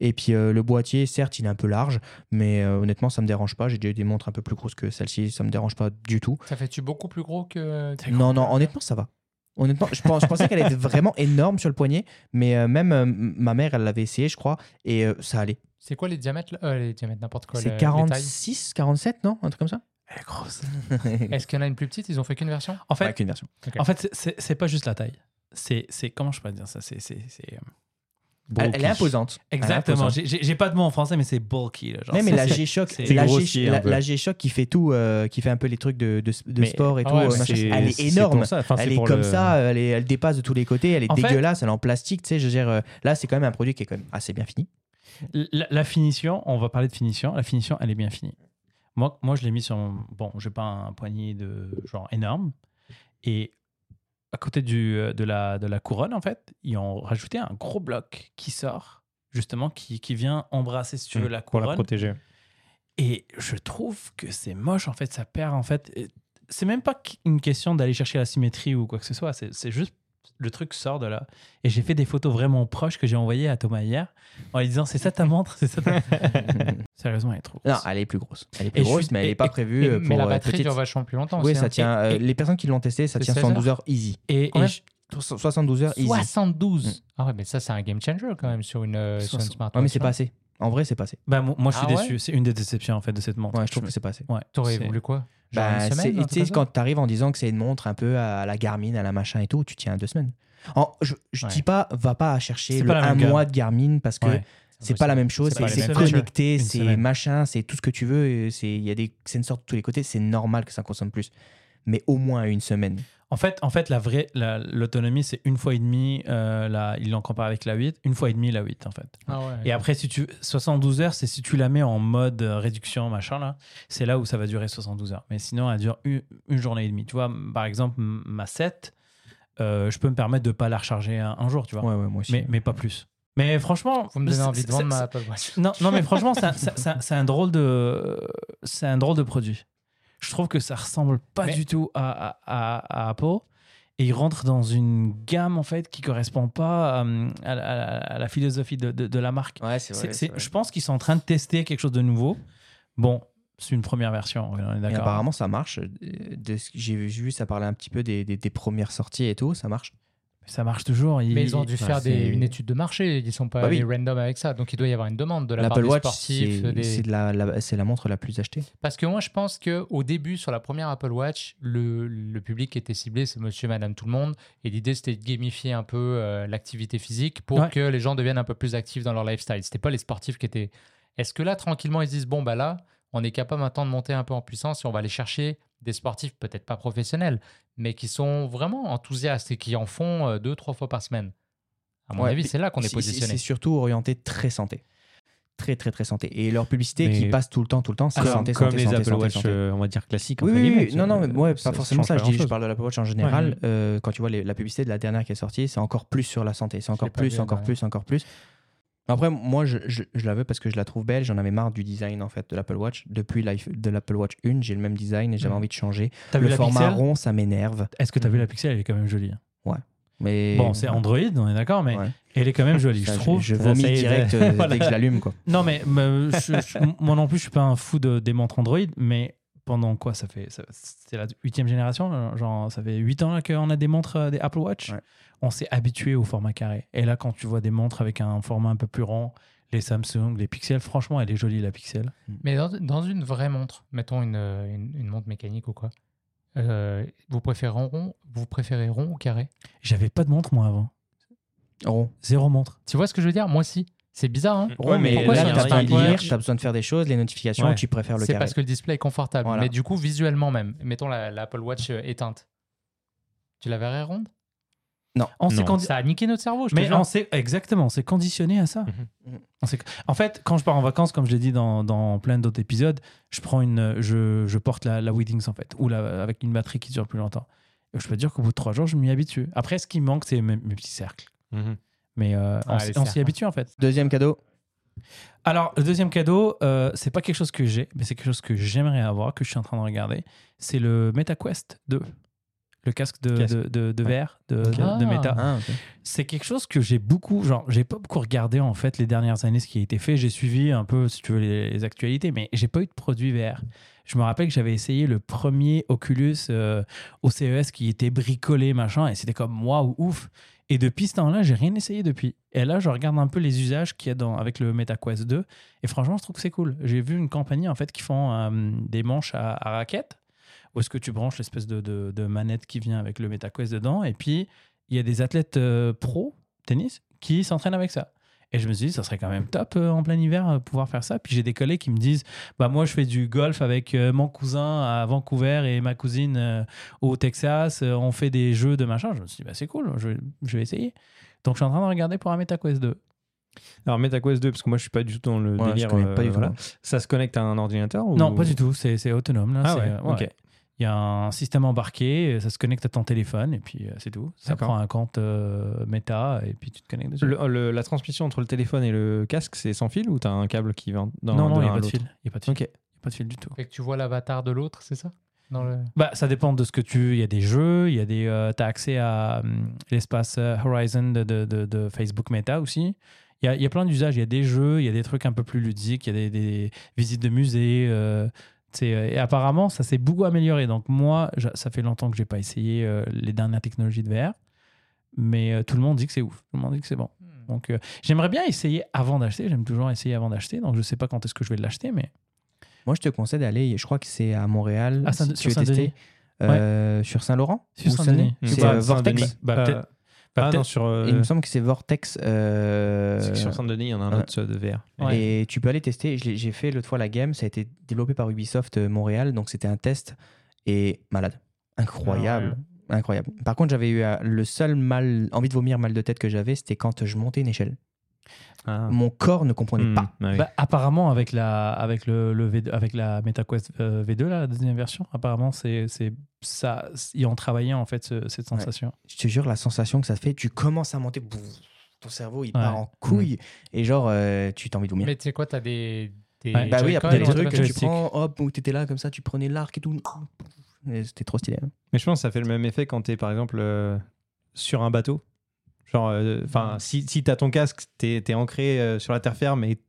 C: Et puis euh, le boîtier, certes, il est un peu large, mais euh, honnêtement, ça me dérange pas. J'ai déjà eu des montres un peu plus grosses que celle-ci, ça me dérange pas du tout.
B: Ça fait-tu beaucoup plus gros que.
D: C'est
C: Non, non, honnêtement, ça va. Honnêtement, je, pense- je pensais qu'elle était vraiment énorme sur le poignet, mais euh, même euh, m- ma mère, elle l'avait essayé, je crois, et euh, ça allait.
B: C'est quoi les diamètres là Euh, Les diamètres, n'importe quoi. le-
C: C'est
B: les tailles.
C: 46, 47, non Un truc comme ça
D: Elle est grosse.
B: Est-ce qu'il y en a une plus petite Ils ont fait qu'une version
D: En fait,
C: une version.
D: en fait c'est- c'est c'est pas juste la taille. C'est c'est- comment je peux dire ça C'est c'est- c'est, euh,
C: Elle, elle est
D: bulky.
C: imposante. Elle est
D: Exactement.
C: imposante.
D: J'ai- J'ai j'ai pas de mot en français, mais c'est bulky. là, genre,
C: Même
D: c'est-
C: la
D: c'est-
C: G-Shock,
D: c'est
C: la,
A: grossier,
C: G-
A: un
C: la-
A: peu.
C: la G-Shock qui fait tout, euh, qui fait un peu les trucs de, de- de
D: Mais-
C: sport et
B: ah
C: tout,
B: ouais,
C: euh,
B: mais
C: machin.
B: c'est-
C: elle est énorme.
D: Ah,
C: Elle est comme ça, euh, elle, est- elle dépasse de tous les côtés, elle est
D: En fait-
C: dégueulasse, elle est en plastique, tu sais, je veux dire, euh, là c'est quand même un produit qui est quand même assez bien fini.
D: La, la finition, on va parler de finition. La finition, elle est bien finie. Moi, moi je l'ai mis sur mon. Bon, j'ai pas un poignet de genre énorme. Et à côté du, euh, de, la, de la couronne, en fait, ils ont rajouté un gros bloc qui sort, justement, qui, qui vient embrasser, si tu veux, la
A: Mm, pour la
D: couronne.
A: protéger.
D: et je trouve que c'est moche, en fait. Ça perd, en fait. Et C'est même pas qu- une question d'aller chercher la symétrie ou quoi que ce soit. C'est c'est juste. Le truc sort de là. Et j'ai fait des photos vraiment proches que j'ai envoyées à Thomas hier en lui disant C'est ça ta montre C'est ça ta Sérieusement, elle est trop
C: non,
D: grosse.
C: elle est plus grosse. Elle est plus
D: Et je
C: grosse,
D: suis-
C: mais elle
D: et-
C: n'est pas
D: et-
C: prévue
B: Et-
C: euh,
B: Mais
C: pour
B: la
C: euh,
B: batterie
C: petite.
B: dure vachement plus longtemps.
C: Oui,
B: aussi,
C: ça
B: hein.
C: tient. euh, les personnes qui l'ont testé, ça
B: C'est
C: tient
B: 16
C: 112 heures easy.
D: Et, et
B: Combien
D: je-
C: 72 heures easy. Mm.
B: 72 Ah ouais, mais ça, c'est un game changer quand même sur une, euh, sur une
D: 60.
B: smartwatch.
C: Ouais, mais c'est
B: non
C: pas assez. En vrai, c'est pas assez.
D: bah, moi, moi, je suis
B: Ah ouais
D: déçu. C'est une des déceptions en fait de cette montre.
C: Ouais, je trouve que c'est pas assez.
D: Ouais,
B: T'aurais
D: c'est-
B: voulu quoi Genre
C: Bah,
B: une
C: c'est-
B: semaine un truc
C: tu sais,
B: comme
C: quand t'arrives en disant que c'est une montre un peu à la Garmin, à la machin et tout, tu tiens deux semaines. En- je je
B: Ouais.
C: dis pas, va pas chercher
D: C'est
C: le
D: pas la
C: un
D: même gamme.
C: mois de Garmin parce que
D: Ouais.
B: ça
C: c'est pas la même chose,
B: C'est pas
C: c'est
B: les
C: c'est
B: mêmes
C: connecté,
D: features. Une
C: c'est
D: semaine.
C: machin, c'est tout ce que tu veux, et c'est il y a des sensors de tous les côtés, c'est normal que ça consomme plus. Mais au moins une semaine.
D: En fait, en fait, la vraie, la- l'autonomie, c'est une fois et demie. Euh, la, il l'en compare avec la 8, une fois et demie la 8 en fait.
B: Ah ouais.
D: Et après, si tu 72 heures, c'est si tu la mets en mode euh, réduction machin là, c'est là où ça va durer 72 heures. Mais sinon, elle dure une, une journée et demie. Tu vois, m- par exemple, m- ma 7, euh, je peux me permettre de pas la recharger un, un jour, tu vois,
C: Ouais, ouais, moi aussi.
D: mais, mais pas plus. Mais franchement,
B: Vous me donnez
D: c'est-
B: envie de
D: c'est-
B: vendre ma Apple Watch.
D: Non, non, mais franchement, c'est un- c'est c'est- c'est un, drôle de, c'est un drôle de produit. Je trouve que ça ressemble pas
B: Mais-
D: du tout à, à, à- à Apple. Et il rentre dans une gamme, en fait, qui correspond pas euh, à, la- à la- à la philosophie de, de- de la marque.
C: Ouais, c'est
D: C'est- c'est- je pense qu'ils sont en train de tester quelque chose de nouveau. Bon, c'est une première version, on est
C: Et
D: d'accord.
C: apparemment, ça marche. Euh, De ce que j'ai vu, j'ai vu, ça parlait un petit peu des, des- des premières sorties et tout, ça marche.
D: Ça marche toujours. il-
B: Mais ils ont dû
C: Ouais,
B: faire des-
C: c'est-
B: une étude de marché, ils sont pas
C: Bah oui.
B: allés random avec ça, donc il doit y avoir une demande de la part
C: L'Apple
B: des
C: Watch,
B: sportifs.
C: c'est
B: des-
C: c'est de la, la- c'est la montre la plus achetée.
B: Parce que moi je pense que au début sur la première Apple Watch, le, le public qui était ciblé c'est monsieur, madame, tout le monde, et l'idée c'était de gamifier un peu euh, l'activité physique pour
D: Ouais.
B: que les gens deviennent un peu plus actifs dans leur lifestyle. C'était pas les sportifs qui étaient. Est-ce que là tranquillement ils se disent bon bah là on est capable maintenant de monter un peu en puissance et on va aller chercher des sportifs peut-être pas professionnels, mais qui sont vraiment enthousiastes et qui en font euh, deux trois fois par semaine. À mon
C: Ouais,
B: avis
C: puis
B: c'est là qu'on est
C: C'est- C'est
B: positionné.
C: c'est surtout orienté très santé. Très, très, très santé. Et leur publicité
A: Mais-
C: qui passe tout le temps, tout le temps, c'est
A: Comme,
C: Ah, santé,
A: comme
C: santé,
A: les
C: santé,
A: Apple
C: santé,
A: Watch,
C: santé.
A: euh, on va dire classique.
C: Oui,
A: entre
C: oui,
A: guillemets, euh,
C: oui. non, non, mais, ouais, pas forcément
A: change
C: ça.
A: pas
C: Je, dis, je
A: grand-chose.
C: parle de l'Apple Watch en général.
A: Ouais.
C: Euh, quand tu vois les- la publicité de la dernière qui est sortie, c'est encore plus sur la santé. C'est encore
B: l'ai pas
C: plus,
B: vu, la
C: encore
B: dernière.
C: plus, encore plus. Après, moi, je, je- je la veux parce que je la trouve belle. J'en avais marre du design en fait de l'Apple Watch. Depuis l'iPh- de l'Apple Watch 1, j'ai le même design et j'avais
B: Mm.
C: envie de changer.
D: T'as vu
C: Le
D: la
C: format
D: Pixel
C: rond, ça m'énerve.
D: Est-ce que t'as vu la Pixel Elle est quand même jolie. hein.
C: Mais
D: Bon, c'est Android, on est d'accord, mais
C: Ouais.
D: elle est quand même jolie.
C: Ça,
D: je trouve.
C: je,
D: Ça,
C: vomis
D: ça y est,
C: direct euh,
D: Voilà.
C: dès que je l'allume quoi.
D: Non, mais me- je- je- moi non plus, je suis pas un fou de, des montres Android, mais pendant quoi Ça fait. ça- C'est la huitième génération, là, genre ça fait 8 ans là, qu'on a des montres, euh, des Apple Watch.
C: Ouais.
D: On s'est habitué au format carré. Et là, quand tu vois des montres avec un format un peu plus rond, les Samsung, les Pixel, franchement, elle est jolie la Pixel.
B: Mais dans, dans une vraie montre, mettons une, euh, une, une montre mécanique ou quoi, euh, vous préférez rond, vous préférez rond ou carré
D: J'avais pas de montre moi avant.
C: Rond.
D: Zéro montre.
B: Tu vois ce que je veux dire Moi aussi. C'est bizarre, hein
A: Ouais, mais
C: mais
B: pourquoi
C: là,
B: sur
C: t'as
B: un
C: besoin de
B: Apple
C: lire,
B: Watch
C: t'as besoin de faire des choses, les notifications,
D: Ouais.
C: tu préfères le
B: C'est
C: carré.
B: parce que le display est confortable.
C: Voilà.
B: Mais du coup, visuellement même, mettons la- l'Apple Watch euh, éteinte. Tu la verrais ronde
D: On s'est
A: Non.
D: condi-
B: Ça a niqué notre cerveau, je te
D: Mais
B: jure.
D: on s'est exactement, on s'est conditionné à ça.
C: Mhm.
D: On s'est- en fait, quand je pars en vacances, comme je l'ai dit dans, dans plein d'autres épisodes, je prends une, je, je porte la, la Withings en fait, ou la, avec une batterie qui dure plus longtemps. Et je peux te dire qu'au bout de trois jours, je m'y habitue. Après, ce qui me manque, c'est mes, mes petits cercles.
A: Mhm.
D: Mais euh, on
B: Ah,
D: s-
B: les
D: on
B: cercles,
D: s'y
B: hein.
D: habitue en fait.
C: Deuxième cadeau.
D: Alors, le deuxième cadeau, euh, c'est pas quelque chose que j'ai, mais c'est quelque chose que j'aimerais avoir, que je suis en train de regarder. C'est le MetaQuest 2, le le casque de,
A: Casque.
D: de, de, de
C: Ouais.
D: VR, de, de-
B: Ah.
D: de Meta.
C: Ah, ok.
D: C'est quelque chose que j'ai beaucoup, genre, j'ai pas beaucoup regardé en fait les dernières années ce qui a été fait. J'ai suivi un peu, si tu veux, les, les actualités, mais j'ai pas eu de produit VR. Je me rappelle que j'avais essayé le premier Oculus euh, au CES qui était bricolé, machin, et c'était comme waouh, ouf. Et depuis ce temps-là, j'ai rien essayé depuis. Et là, je regarde un peu les usages qu'il y a dans, avec le MetaQuest 2, et franchement, je trouve que c'est cool. J'ai vu une compagnie en fait qui font euh, des manches à, à raquettes. Où est-ce que tu branches l'espèce de, de- de manette qui vient avec le MetaQuest dedans Et puis, il y a des athlètes euh, pro tennis qui s'entraînent avec ça. Et je me suis dit, ça serait quand même top euh, en plein hiver euh, pouvoir faire ça. Puis j'ai des collègues qui me disent, bah moi je fais du golf avec euh, mon cousin à Vancouver et ma cousine euh, au Texas. Euh, on fait des jeux de machin. Je me suis dit, bah c'est cool, je, vais- je vais essayer. Donc je suis en train de regarder pour un MetaQuest 2.
A: Alors MetaQuest 2, parce que moi je suis pas du tout dans le
C: Ouais, je
A: délire.
C: connais pas
A: euh,
C: du tout. hein.
A: voilà. Ça se connecte à un ordinateur ou-
D: Non, pas du tout. C'est c'est autonome là.
A: Ah
D: C'est- euh,
A: ouais, ok.
D: Il y a un système embarqué, euh, ça se connecte à ton téléphone et puis euh, c'est tout. Ça
A: D'accord.
D: prend un compte euh, Meta et puis tu te connectes dessus.
A: Le- euh, le- la transmission entre le téléphone et le casque, c'est sans fil ou t'as un câble qui va dans
D: non,
A: de
D: non, il n'y
A: l'un
D: a
A: à
D: pas de
A: l'autre
D: fil. Il n'y a pas de fil.
A: Ok.
D: Il y a pas de fil du tout.
B: Fait que tu vois l'avatar de l'autre, c'est ça Dans le...
D: Bah, ça dépend de ce que tu. Il y a des jeux, il y a des. tu as accès à hum, l'espace euh, Horizon de, de- de- de Facebook Meta aussi. Il y a, il y a plein d'usages. Il y a des jeux, il y a des trucs un peu plus ludiques, il y a des, des visites de musées. euh, tu sais, euh, et apparemment, ça s'est beaucoup amélioré. Donc, moi, j'a- ça fait longtemps que j'ai pas essayé euh, les dernières technologies de VR. Mais euh, tout le monde dit que c'est ouf. Tout le monde dit que c'est bon. Donc, euh, j'aimerais bien essayer avant d'acheter. J'aime toujours essayer avant d'acheter. Donc, je sais pas quand est-ce que je vais l'acheter, mais.
C: Moi, je te conseille d'aller, je crois que c'est à Montréal,
D: Ah, Saint-
C: si tu
D: sur
C: veux tester,
D: Saint-Denis.
C: Euh, sur Saint-Laurent
D: Sur
C: Ou
D: Saint-Denis.
A: Mmh.
C: C'est
A: Bah,
C: euh,
A: Saint-Denis.
C: Vortex.
D: Bah,
A: Euh,
D: peut-être- bah,
A: Ah
D: peut-être-
A: non, sur, euh,
C: Il me semble que c'est Vortex. euh,
A: c'est que sur Saint-Denis, il y en a un
C: ouais.
A: autre euh, de VR.
D: Ouais.
C: Et tu peux aller tester. Je l'ai- J'ai fait l'autre fois la game. Ça a été développé par Ubisoft euh, Montréal. Donc c'était un test. Et malade. Incroyable.
D: Ah
C: Incroyable. Par contre, j'avais eu euh, le seul mal, envie de vomir, mal de tête que j'avais, c'était quand je montais une échelle.
A: Ah.
C: Mon corps ne comprenait
A: Mmh,
C: pas.
A: ouais.
D: Bah, apparemment, avec la, avec le, le V2 avec la MetaQuest euh, V2, là, la deuxième version, apparemment, c'est, c'est ça. Ils ont travaillé en fait ce- cette sensation.
C: Je te jure, la sensation que ça fait, tu commences à monter, bouf, ton cerveau il part
D: Ouais.
C: en couille et genre euh, tu t'as envie de vomir.
B: Mais tu sais quoi, t'as des. des
D: Ouais.
C: bah oui,
B: Joy-Con,
C: après
D: des
C: les
B: ouais,
C: trucs,
B: t'as
D: joy-
C: tu prends, hop, où t'étais là comme ça, tu prenais l'arc et tout. Et C'était trop stylé. hein.
A: Mais je pense que ça fait le même effet quand t'es par exemple euh, sur un bateau. Genre, euh, enfin, si, si t'as ton casque, t'es es ancré euh, sur la terre ferme et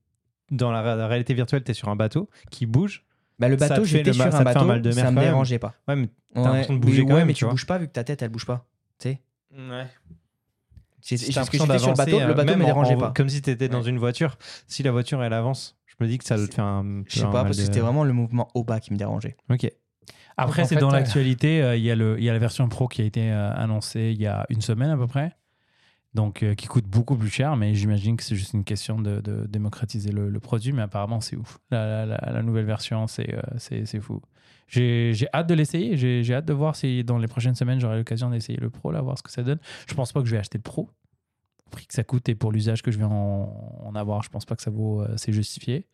A: dans la, la réalité virtuelle, t'es sur un bateau qui bouge.
C: Bah, le
A: Ça te
C: bateau,
A: fait
C: j'étais
A: le ma-
C: sur
A: ça te
C: un
A: fait un
C: bateau,
A: mal de mer
C: ça me
A: quand même.
C: dérangeait pas.
A: Ouais, mais
C: T'as
A: l'impression de bouger
C: mais,
A: quand
C: ouais,
A: même,
C: mais
A: tu
C: tu
A: vois.
C: bouges pas vu que ta tête elle bouge pas. Tu sais J'ai-
A: Si
C: j'ai-
A: t'as
C: parce que
A: l'impression
C: j'étais sur le
A: d'avancer,
C: bateau, le
A: euh,
C: bateau
A: même
C: me
A: en-
C: dérangeait
A: en-
C: pas.
A: Comme si t'étais dans une voiture. Si la voiture elle avance, je me dis que ça doit te faire un.
C: Je sais pas, parce que c'était vraiment le mouvement au bas qui me dérangeait.
A: Ok.
D: Après,
B: Donc, en
D: c'est
B: fait,
D: dans
B: euh,
D: l'actualité. euh, Il y a le, il y a la version pro qui a été euh, annoncée il y a une semaine à peu près, donc euh, qui coûte beaucoup plus cher. Mais j'imagine que c'est juste une question de, de démocratiser le, le produit. Mais apparemment, c'est ouf. La, la- la- la nouvelle version, c'est, euh, c'est, c'est fou. J'ai, j'ai hâte de l'essayer. J'ai, j'ai hâte de voir si dans les prochaines semaines j'aurai l'occasion d'essayer le pro, là, voir ce que ça donne. Je pense pas que je vais acheter le pro. Le prix que ça coûte et pour l'usage que je vais en, en avoir, je pense pas que ça vaut, euh, c'est justifié.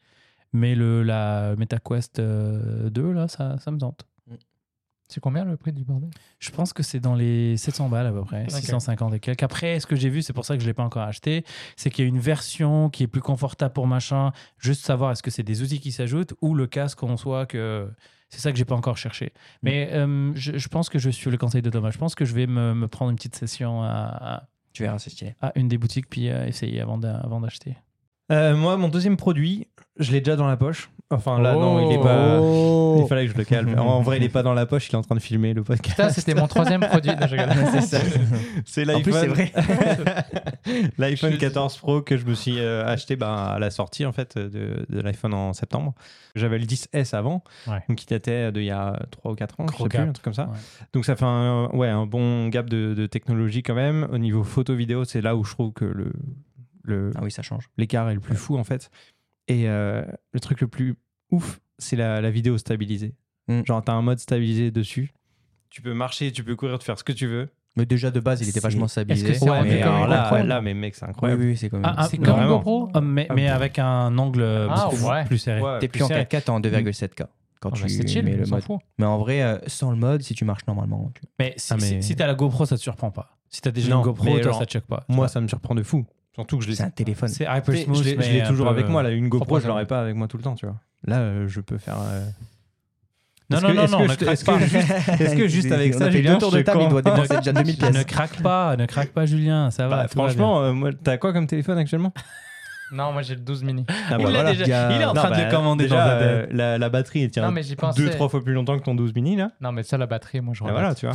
D: Mais le, la MetaQuest euh, 2, là, ça, ça me tente.
B: C'est combien le prix du bordel
D: Je pense que c'est dans les 700 balles à peu près,
B: Ok.
D: 650 et quelques. Après, ce que j'ai vu, c'est pour ça que je ne l'ai pas encore acheté, c'est qu'il y a une version qui est plus confortable pour machin, juste savoir est-ce que c'est des outils qui s'ajoutent ou le casque en soi que... C'est ça que j'ai pas encore cherché. Mais euh, je, je pense que je suis le conseil de Thomas. Je pense que je vais me, me prendre une petite session à,
C: Tu verras, c'est stylé.
D: à une des boutiques puis euh, essayer avant d'a- avant d'acheter.
A: Euh, moi, mon deuxième produit, je l'ai déjà dans la poche. Enfin, là, non, il est pas. Euh,
C: Oh.
A: Il fallait que je le calme. En vrai, il est pas dans la poche, il est en train de filmer le podcast.
B: Putain, c'était mon troisième produit. Non, je rigole.
A: C'est
C: En
A: l'iPhone.
C: plus, c'est vrai.
A: L'iPhone
B: Je-
A: 14 Pro que je me suis euh, acheté bah, à la sortie en fait de, de l'iPhone en septembre. J'avais le 10S avant,
D: Ouais.
A: donc qui datait d'il y a 3 ou 4 ans, je
D: Gros
A: sais plus,
D: gap.
A: un truc comme ça.
D: Ouais.
A: Donc ça fait un, ouais, un bon gap de, de technologie quand même. Au niveau photo-vidéo, c'est là où je trouve que le, le,
C: Ah oui, ça change.
A: l'écart est le plus fou en fait. Et euh, le truc le plus ouf, c'est la, la vidéo stabilisée.
C: Mm.
A: Genre, t'as un mode stabilisé dessus. Tu peux marcher, tu peux courir, tu faire ce que tu veux.
C: Mais déjà de base, il était
A: C'est-
C: vachement stabilisé.
B: Est-ce que c'est
A: Ouais,
B: rendu
A: mais
B: comme
A: alors
B: une
A: là,
B: GoPro
A: là, mais mec, c'est
C: Oui,
A: incroyable.
C: oui, oui, c'est comme.
D: Ah, ah,
B: C'est
D: mais
B: comme
A: vraiment.
B: GoPro
D: Oh, mais, mais avec un angle euh,
B: Ah,
D: beaucoup
B: ouais.
D: plus serré.
A: Ouais,
C: T'es plus en 4K, t'es en
A: Hmm.
C: 2,7K. Quand
B: Ah bah,
C: tu
B: C'est chill,
C: mets le
B: on s'en
C: mode.
B: fout.
C: Mais en vrai, euh, sans le mode, si tu marches normalement, tu-
D: Mais si,
A: Ah, mais-
D: si- si t'as la GoPro, ça te surprend pas. Si t'as déjà
A: Non,
D: une GoPro,
A: mais
D: toi,
A: genre,
D: ça te choque pas.
A: Moi, ça me surprend de fou. Surtout que je l'ai.
C: c'est un téléphone.
D: C'est hyper
A: Je
D: smooth.
A: l'ai- je
D: mais euh,
A: l'ai
D: un
A: toujours
D: peu-
A: avec moi. Là, une GoPro, je
D: proportionnel.
A: l'aurais pas avec moi tout le temps, tu vois. Là, euh, je peux faire. euh,
D: Non,
A: Est-ce
D: non,
A: que-
D: non,
A: est-ce
D: non,
A: que
D: ne
A: je-
D: craque
A: est-ce que
D: pas.
A: juste- Est-ce que juste avec
C: On
A: ça,
C: a fait
A: Julien,
C: deux tours de
A: je te
C: table, il doit
A: convainc-
C: dépenser déjà 2000
D: Ne
C: pièces.
D: craque pas, ne craque pas, Julien, ça va.
A: Bah,
D: tout va bien.
A: franchement, euh, moi, t'as quoi comme téléphone actuellement
B: Non, moi j'ai le 12 mini.
A: Ah, bah,
D: il, l'a
A: voilà.
D: déjà-
C: il y a-
D: il est en
A: Non,
D: train de
A: bah,
D: le commander
A: déjà,
D: dans sa tête.
A: euh, la, la batterie elle tient
B: Non, mais j'y pensais.
A: deux, trois fois plus longtemps que ton 12 mini là.
B: Non, mais ça, la batterie, moi je
A: Ah,
B: regrette.
A: voilà, tu vois.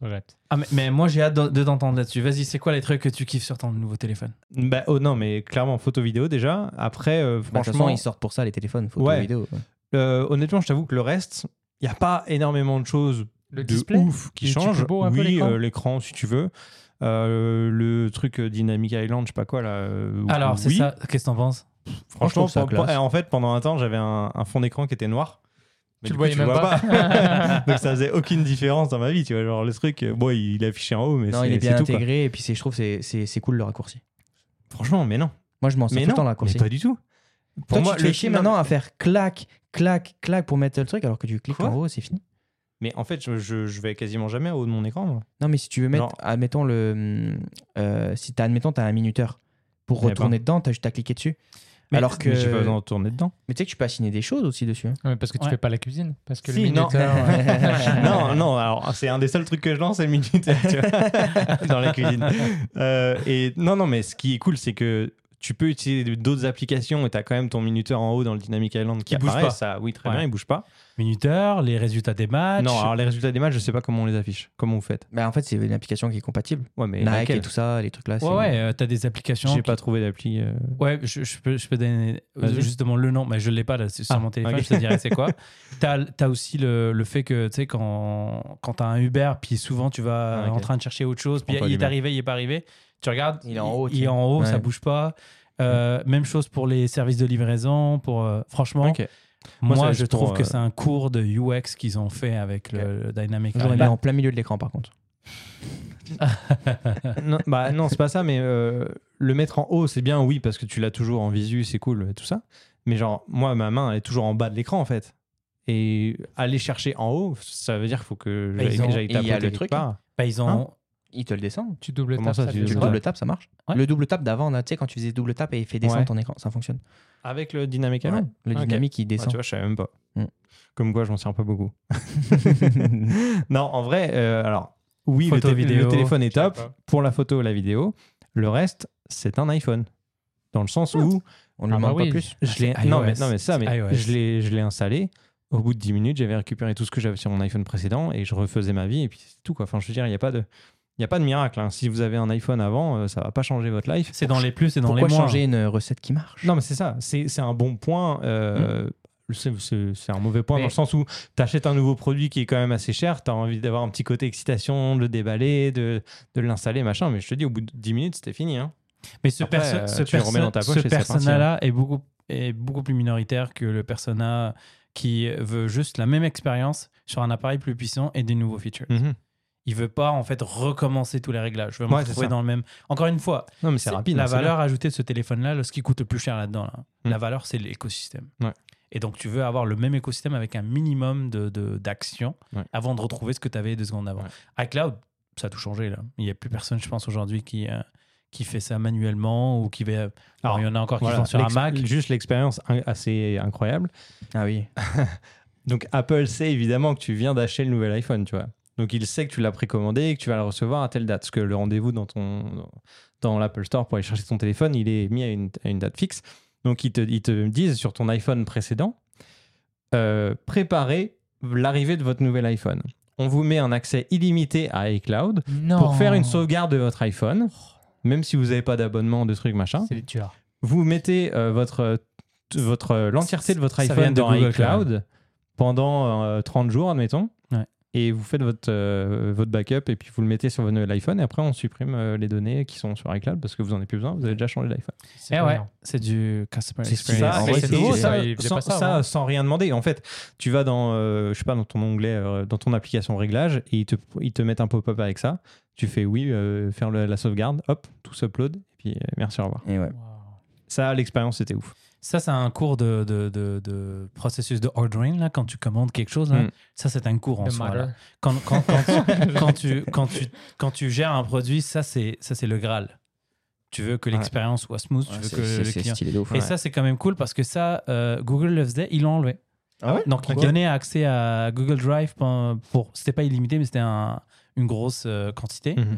B: Je regrette.
D: Ah, mais, mais moi j'ai hâte de, de t'entendre là-dessus. Vas-y, c'est quoi les trucs que tu kiffes sur ton nouveau téléphone
A: Bah, oh non, mais clairement, photo vidéo déjà. Après, euh,
C: Bah, de toute
A: franchement,
C: façon, ils sortent pour ça les téléphones, photo
A: Ouais.
C: vidéo.
A: euh, honnêtement, je t'avoue que le reste, il n'y a pas énormément de choses
B: Le
A: de
B: display
A: ouf qui
B: Il est-tu
A: changent.
B: plus beau un peu,
A: oui,
B: l'écran
A: euh, l'écran, si tu veux. Euh, le truc euh, Dynamic Island, je sais pas quoi là. euh,
D: Alors, c'est
A: oui.
D: ça, qu'est-ce que t'en penses
C: je trouve
A: Franchement,
C: ça
A: pour-
C: classe.
A: eh, en fait, pendant un temps, j'avais un, un fond d'écran qui était noir. Mais
B: Tu
A: du
B: le
A: coup,
B: voyais même
A: vois pas. Donc ça faisait aucune différence dans ma vie, tu vois. Genre le truc, euh, bon, il, il affichait en haut, mais
C: Non,
A: c'est
C: il est bien
A: c'est tout, quoi.
C: intégré et puis c'est- je trouve c'est- c'est c'est cool le raccourci.
A: Franchement, mais non.
C: Moi je m'en sers
A: Mais
C: tout le temps
A: non,
C: le
A: mais
C: raccourci.
A: pas du tout. Pour
C: Toi,
A: moi,
C: tu te fais
A: le
C: chier
A: non,
C: maintenant à faire clac, clac, clac pour mettre le truc alors que tu cliques
A: Quoi
C: en haut, c'est fini.
A: Mais en fait, je, je- je vais quasiment jamais au haut de mon écran. moi.
C: Non, mais si tu veux mettre,
A: Genre-
C: admettons, le, hum, euh, si t'as, admettons, t'as un minuteur pour
A: Eh ben.
C: retourner dedans, t'as juste à cliquer dessus.
A: Mais-
C: alors que.
A: mais j'ai pas besoin de tourner dedans.
C: Mais tu sais que tu peux assigner des choses aussi dessus. hein.
B: Non, mais parce que tu
D: Ouais.
B: fais pas la cuisine. Parce que le
A: Si, non.
B: minuteur, euh,
A: non, non, alors c'est un des seuls trucs que je lance, c'est le minuteur, tu vois, dans la cuisine. Euh, et non, non, mais ce qui est cool, c'est que tu peux utiliser d'autres applications et tu as quand même ton minuteur en haut dans le Dynamic Island qui
D: Il bouge
A: apparaît.
D: pas.
A: Ça, oui, très
D: Ouais.
A: bien, il bouge pas.
D: Minuteur, les résultats des matchs.
A: Non, alors les résultats des matchs, je sais pas comment on les affiche, comment vous faites.
C: Bah, en fait, c'est une application qui est compatible.
A: Ouais, mais
C: Nike
A: laquelle
C: et tout ça, les trucs là. c'est-
D: ouais, ouais, euh, t'as des applications.
A: J'ai
D: qui-
A: pas trouvé d'appli. euh,
D: Ouais, je, je peux, je peux donner
A: Vas-y.
D: justement le nom, mais je ne l'ai pas là, c'est sur
A: Ah,
D: mon téléphone,
A: ok.
D: je te dirais c'est quoi. Tu as aussi le, le fait que, tu sais, quand, quand tu as un Uber, puis souvent tu vas
A: Ah, ok.
D: en train de chercher autre chose, puis
A: prends pas
D: il est
A: l'Uber.
D: arrivé, il est pas arrivé, tu regardes,
C: Il est en haut, tu
D: il est
C: sais.
D: en haut, ça
C: Ouais.
D: bouge pas. Euh, Même chose pour les services de livraison, pour euh, franchement,
A: Ok.
D: moi,
A: Moi, c'est
D: je
A: juste pour,
D: trouve que
A: euh,
D: c'est un cours de UX qu'ils ont fait avec le, le Dynamic.
C: J'aurais mis
D: Island.
C: en plein milieu de l'écran par contre.
A: non, bah non, c'est pas ça, mais euh, le mettre en haut, c'est bien, oui, parce que tu l'as toujours en visu, c'est cool et tout ça. Mais genre, moi, ma main, elle est toujours en bas de l'écran, en fait. Et aller chercher en haut, ça veut dire qu'il faut que
D: Bah,
A: j'aille
D: ils ont-
A: j'aille
C: et il y a
A: tapoter
C: le
A: quelque
C: truc,
A: part.
D: Bah, ils ont.
A: Hein
C: Il te le descend.
B: tu double
A: Comment
B: tapes
A: ça,
B: ça,
A: tu
B: fait
A: le
C: Le
B: pas.
A: Ouais.
C: double tap, ça marche.
D: Ouais.
C: Le double tap d'avant, là, tu sais, quand tu faisais double tap et il fait descendre
A: Ouais.
C: ton écran, ça fonctionne.
A: Avec le dynamique
C: Ouais. Le
A: Ok.
C: dynamique, il
A: Ah, tu
C: descend.
A: vois, je savais même pas.
C: Mm.
A: Comme quoi, je m'en sers pas beaucoup. non, en vrai, euh, alors, oui, le
D: Photo,
A: tél- le,
D: vidéo,
A: téléphone est
B: je sais
A: top
B: pas.
A: pour la photo, la vidéo. Le reste, c'est un iPhone. Dans le sens où
C: On ne
B: Ah,
C: le
B: bah
C: demande
B: oui.
C: pas plus.
A: je l'ai
D: Ah, c'est
A: non
D: iOS.
A: mais, non, mais ça,
D: C'est
A: mais
D: iOS.
A: je l'ai je l'ai installé. Au bout de 10 minutes, j'avais récupéré tout ce que j'avais sur mon iPhone précédent et je refaisais ma vie et puis c'est tout quoi. Enfin, je veux dire, il n'y a pas de il y a pas de miracle. hein. Si vous avez un iPhone avant, euh, ça va pas changer votre life.
D: C'est dans les plus et dans
C: Pourquoi
D: les hein. moins.
C: changer une recette qui marche
A: Non, mais c'est ça. C'est c'est un bon point. euh, c'est- C'est c'est un mauvais point
B: Mais-
A: dans le sens où tu achètes un nouveau produit qui est quand même assez cher, tu as envie d'avoir un petit côté excitation, de le déballer, de, de l'installer, machin. Mais je te dis, au bout de 10 minutes, c'était fini. hein.
D: Mais ce,
A: Après,
D: perso-
A: euh,
D: ce
A: tu le remets
D: perso-
A: dans ta poche
D: ce
A: et c'est parti, hein.
D: persona-là est beaucoup, est beaucoup plus minoritaire que le persona qui veut juste la même expérience sur un appareil plus puissant et des nouveaux features.
A: Mm. Mhm.
D: Il veut pas en fait recommencer tous les réglages. Je veux me
A: Ouais, c'est
D: retrouver
A: ça.
D: dans le même. Encore une fois,
A: Non, mais c'est rapide.
D: La
A: hein, c'est
D: valeur ajoutée de ce téléphone-là, là, ce qui coûte le plus cher là-dedans, là,
A: Mm.
D: la valeur, c'est l'écosystème.
A: Ouais.
D: Et donc, tu veux avoir le même écosystème avec un minimum de- de- d'action de,
A: Ouais.
D: avant de retrouver ce que tu avais deux secondes avant.
A: Ouais.
D: iCloud, ça a tout changé. Là. Il n'y a plus personne, je pense, aujourd'hui qui, euh, qui fait ça manuellement ou qui va. Alors,
A: Alors,
D: il y en a encore qui
A: Voilà,
D: font sur un
A: l'ex-
D: Mac.
A: Juste l'expérience in- assez incroyable.
C: Ah oui.
A: Donc Apple sait évidemment que tu viens d'acheter le nouvel iPhone, tu vois. Donc il sait que tu l'as précommandé et que tu vas le recevoir à telle date. Parce que le rendez-vous dans ton dans- dans l'Apple Store pour aller chercher ton téléphone, il est mis à une, à une date fixe. Donc ils te, ils te disent sur ton iPhone précédent, euh, préparez l'arrivée de votre nouvel iPhone. On vous met un accès illimité à iCloud
B: Non.
A: pour faire une sauvegarde de votre iPhone, même si vous n'avez pas d'abonnement, de trucs, machin
B: C'est les tueurs.
A: vous mettez euh, votre, euh, t- votre euh, l'entièreté de votre
D: Ça vient
A: iPhone
D: de
A: dans
D: Google
A: iCloud pendant euh, 30 jours, admettons.
D: Ouais.
A: Et vous faites votre, euh, votre backup et puis vous le mettez sur votre nouvel iPhone. Et après, on supprime euh, les données qui sont sur iCloud parce que vous en avez plus besoin. Vous avez déjà changé d'iPhone.
B: C'est
D: Eh ouais,
B: brillant.
D: c'est du customer
C: C'est ça,
D: experience.
C: en
A: mais
C: vrai,
A: c'est
C: c'est-
A: nouveau,
C: c'est-
A: ça,
B: il faisait
A: sans,
B: pas ça
A: ça,
B: avant.
A: sans rien demander. En fait, tu vas dans, euh, je sais pas, dans ton onglet, euh, dans ton application réglages et ils te, ils te mettent un pop-up avec ça. Tu fais oui, euh, faire le- la sauvegarde, hop, tout s'upload et puis euh, merci, au revoir.
C: Et ouais.
B: Wow.
A: Ça, l'expérience, c'était ouf.
D: Ça, c'est un cours de, de, de- de processus de ordering, là, quand tu commandes quelque chose. Là.
A: Mm.
D: Ça, c'est un cours en
B: Le
D: soi. là.
B: matter.
D: quand, quand, quand, tu, quand, tu, quand, tu, quand tu gères un produit, ça c'est, ça, c'est le Graal. Tu veux que
A: Ouais.
D: l'expérience soit smooth, tu
C: Ouais,
D: veux
C: c'est-
D: que
C: C'est
D: le
C: c'est
D: client...
C: stylé de ouf.
D: Et ça, c'est quand même cool parce que ça, euh, Google le faisait, ils l'ont enlevé.
A: Ah ouais
D: Donc, il
A: Ok.
D: donnait accès à Google Drive pour. pour- c'était pas illimité, mais c'était un- une grosse euh, quantité
C: Mm.
A: Mhm.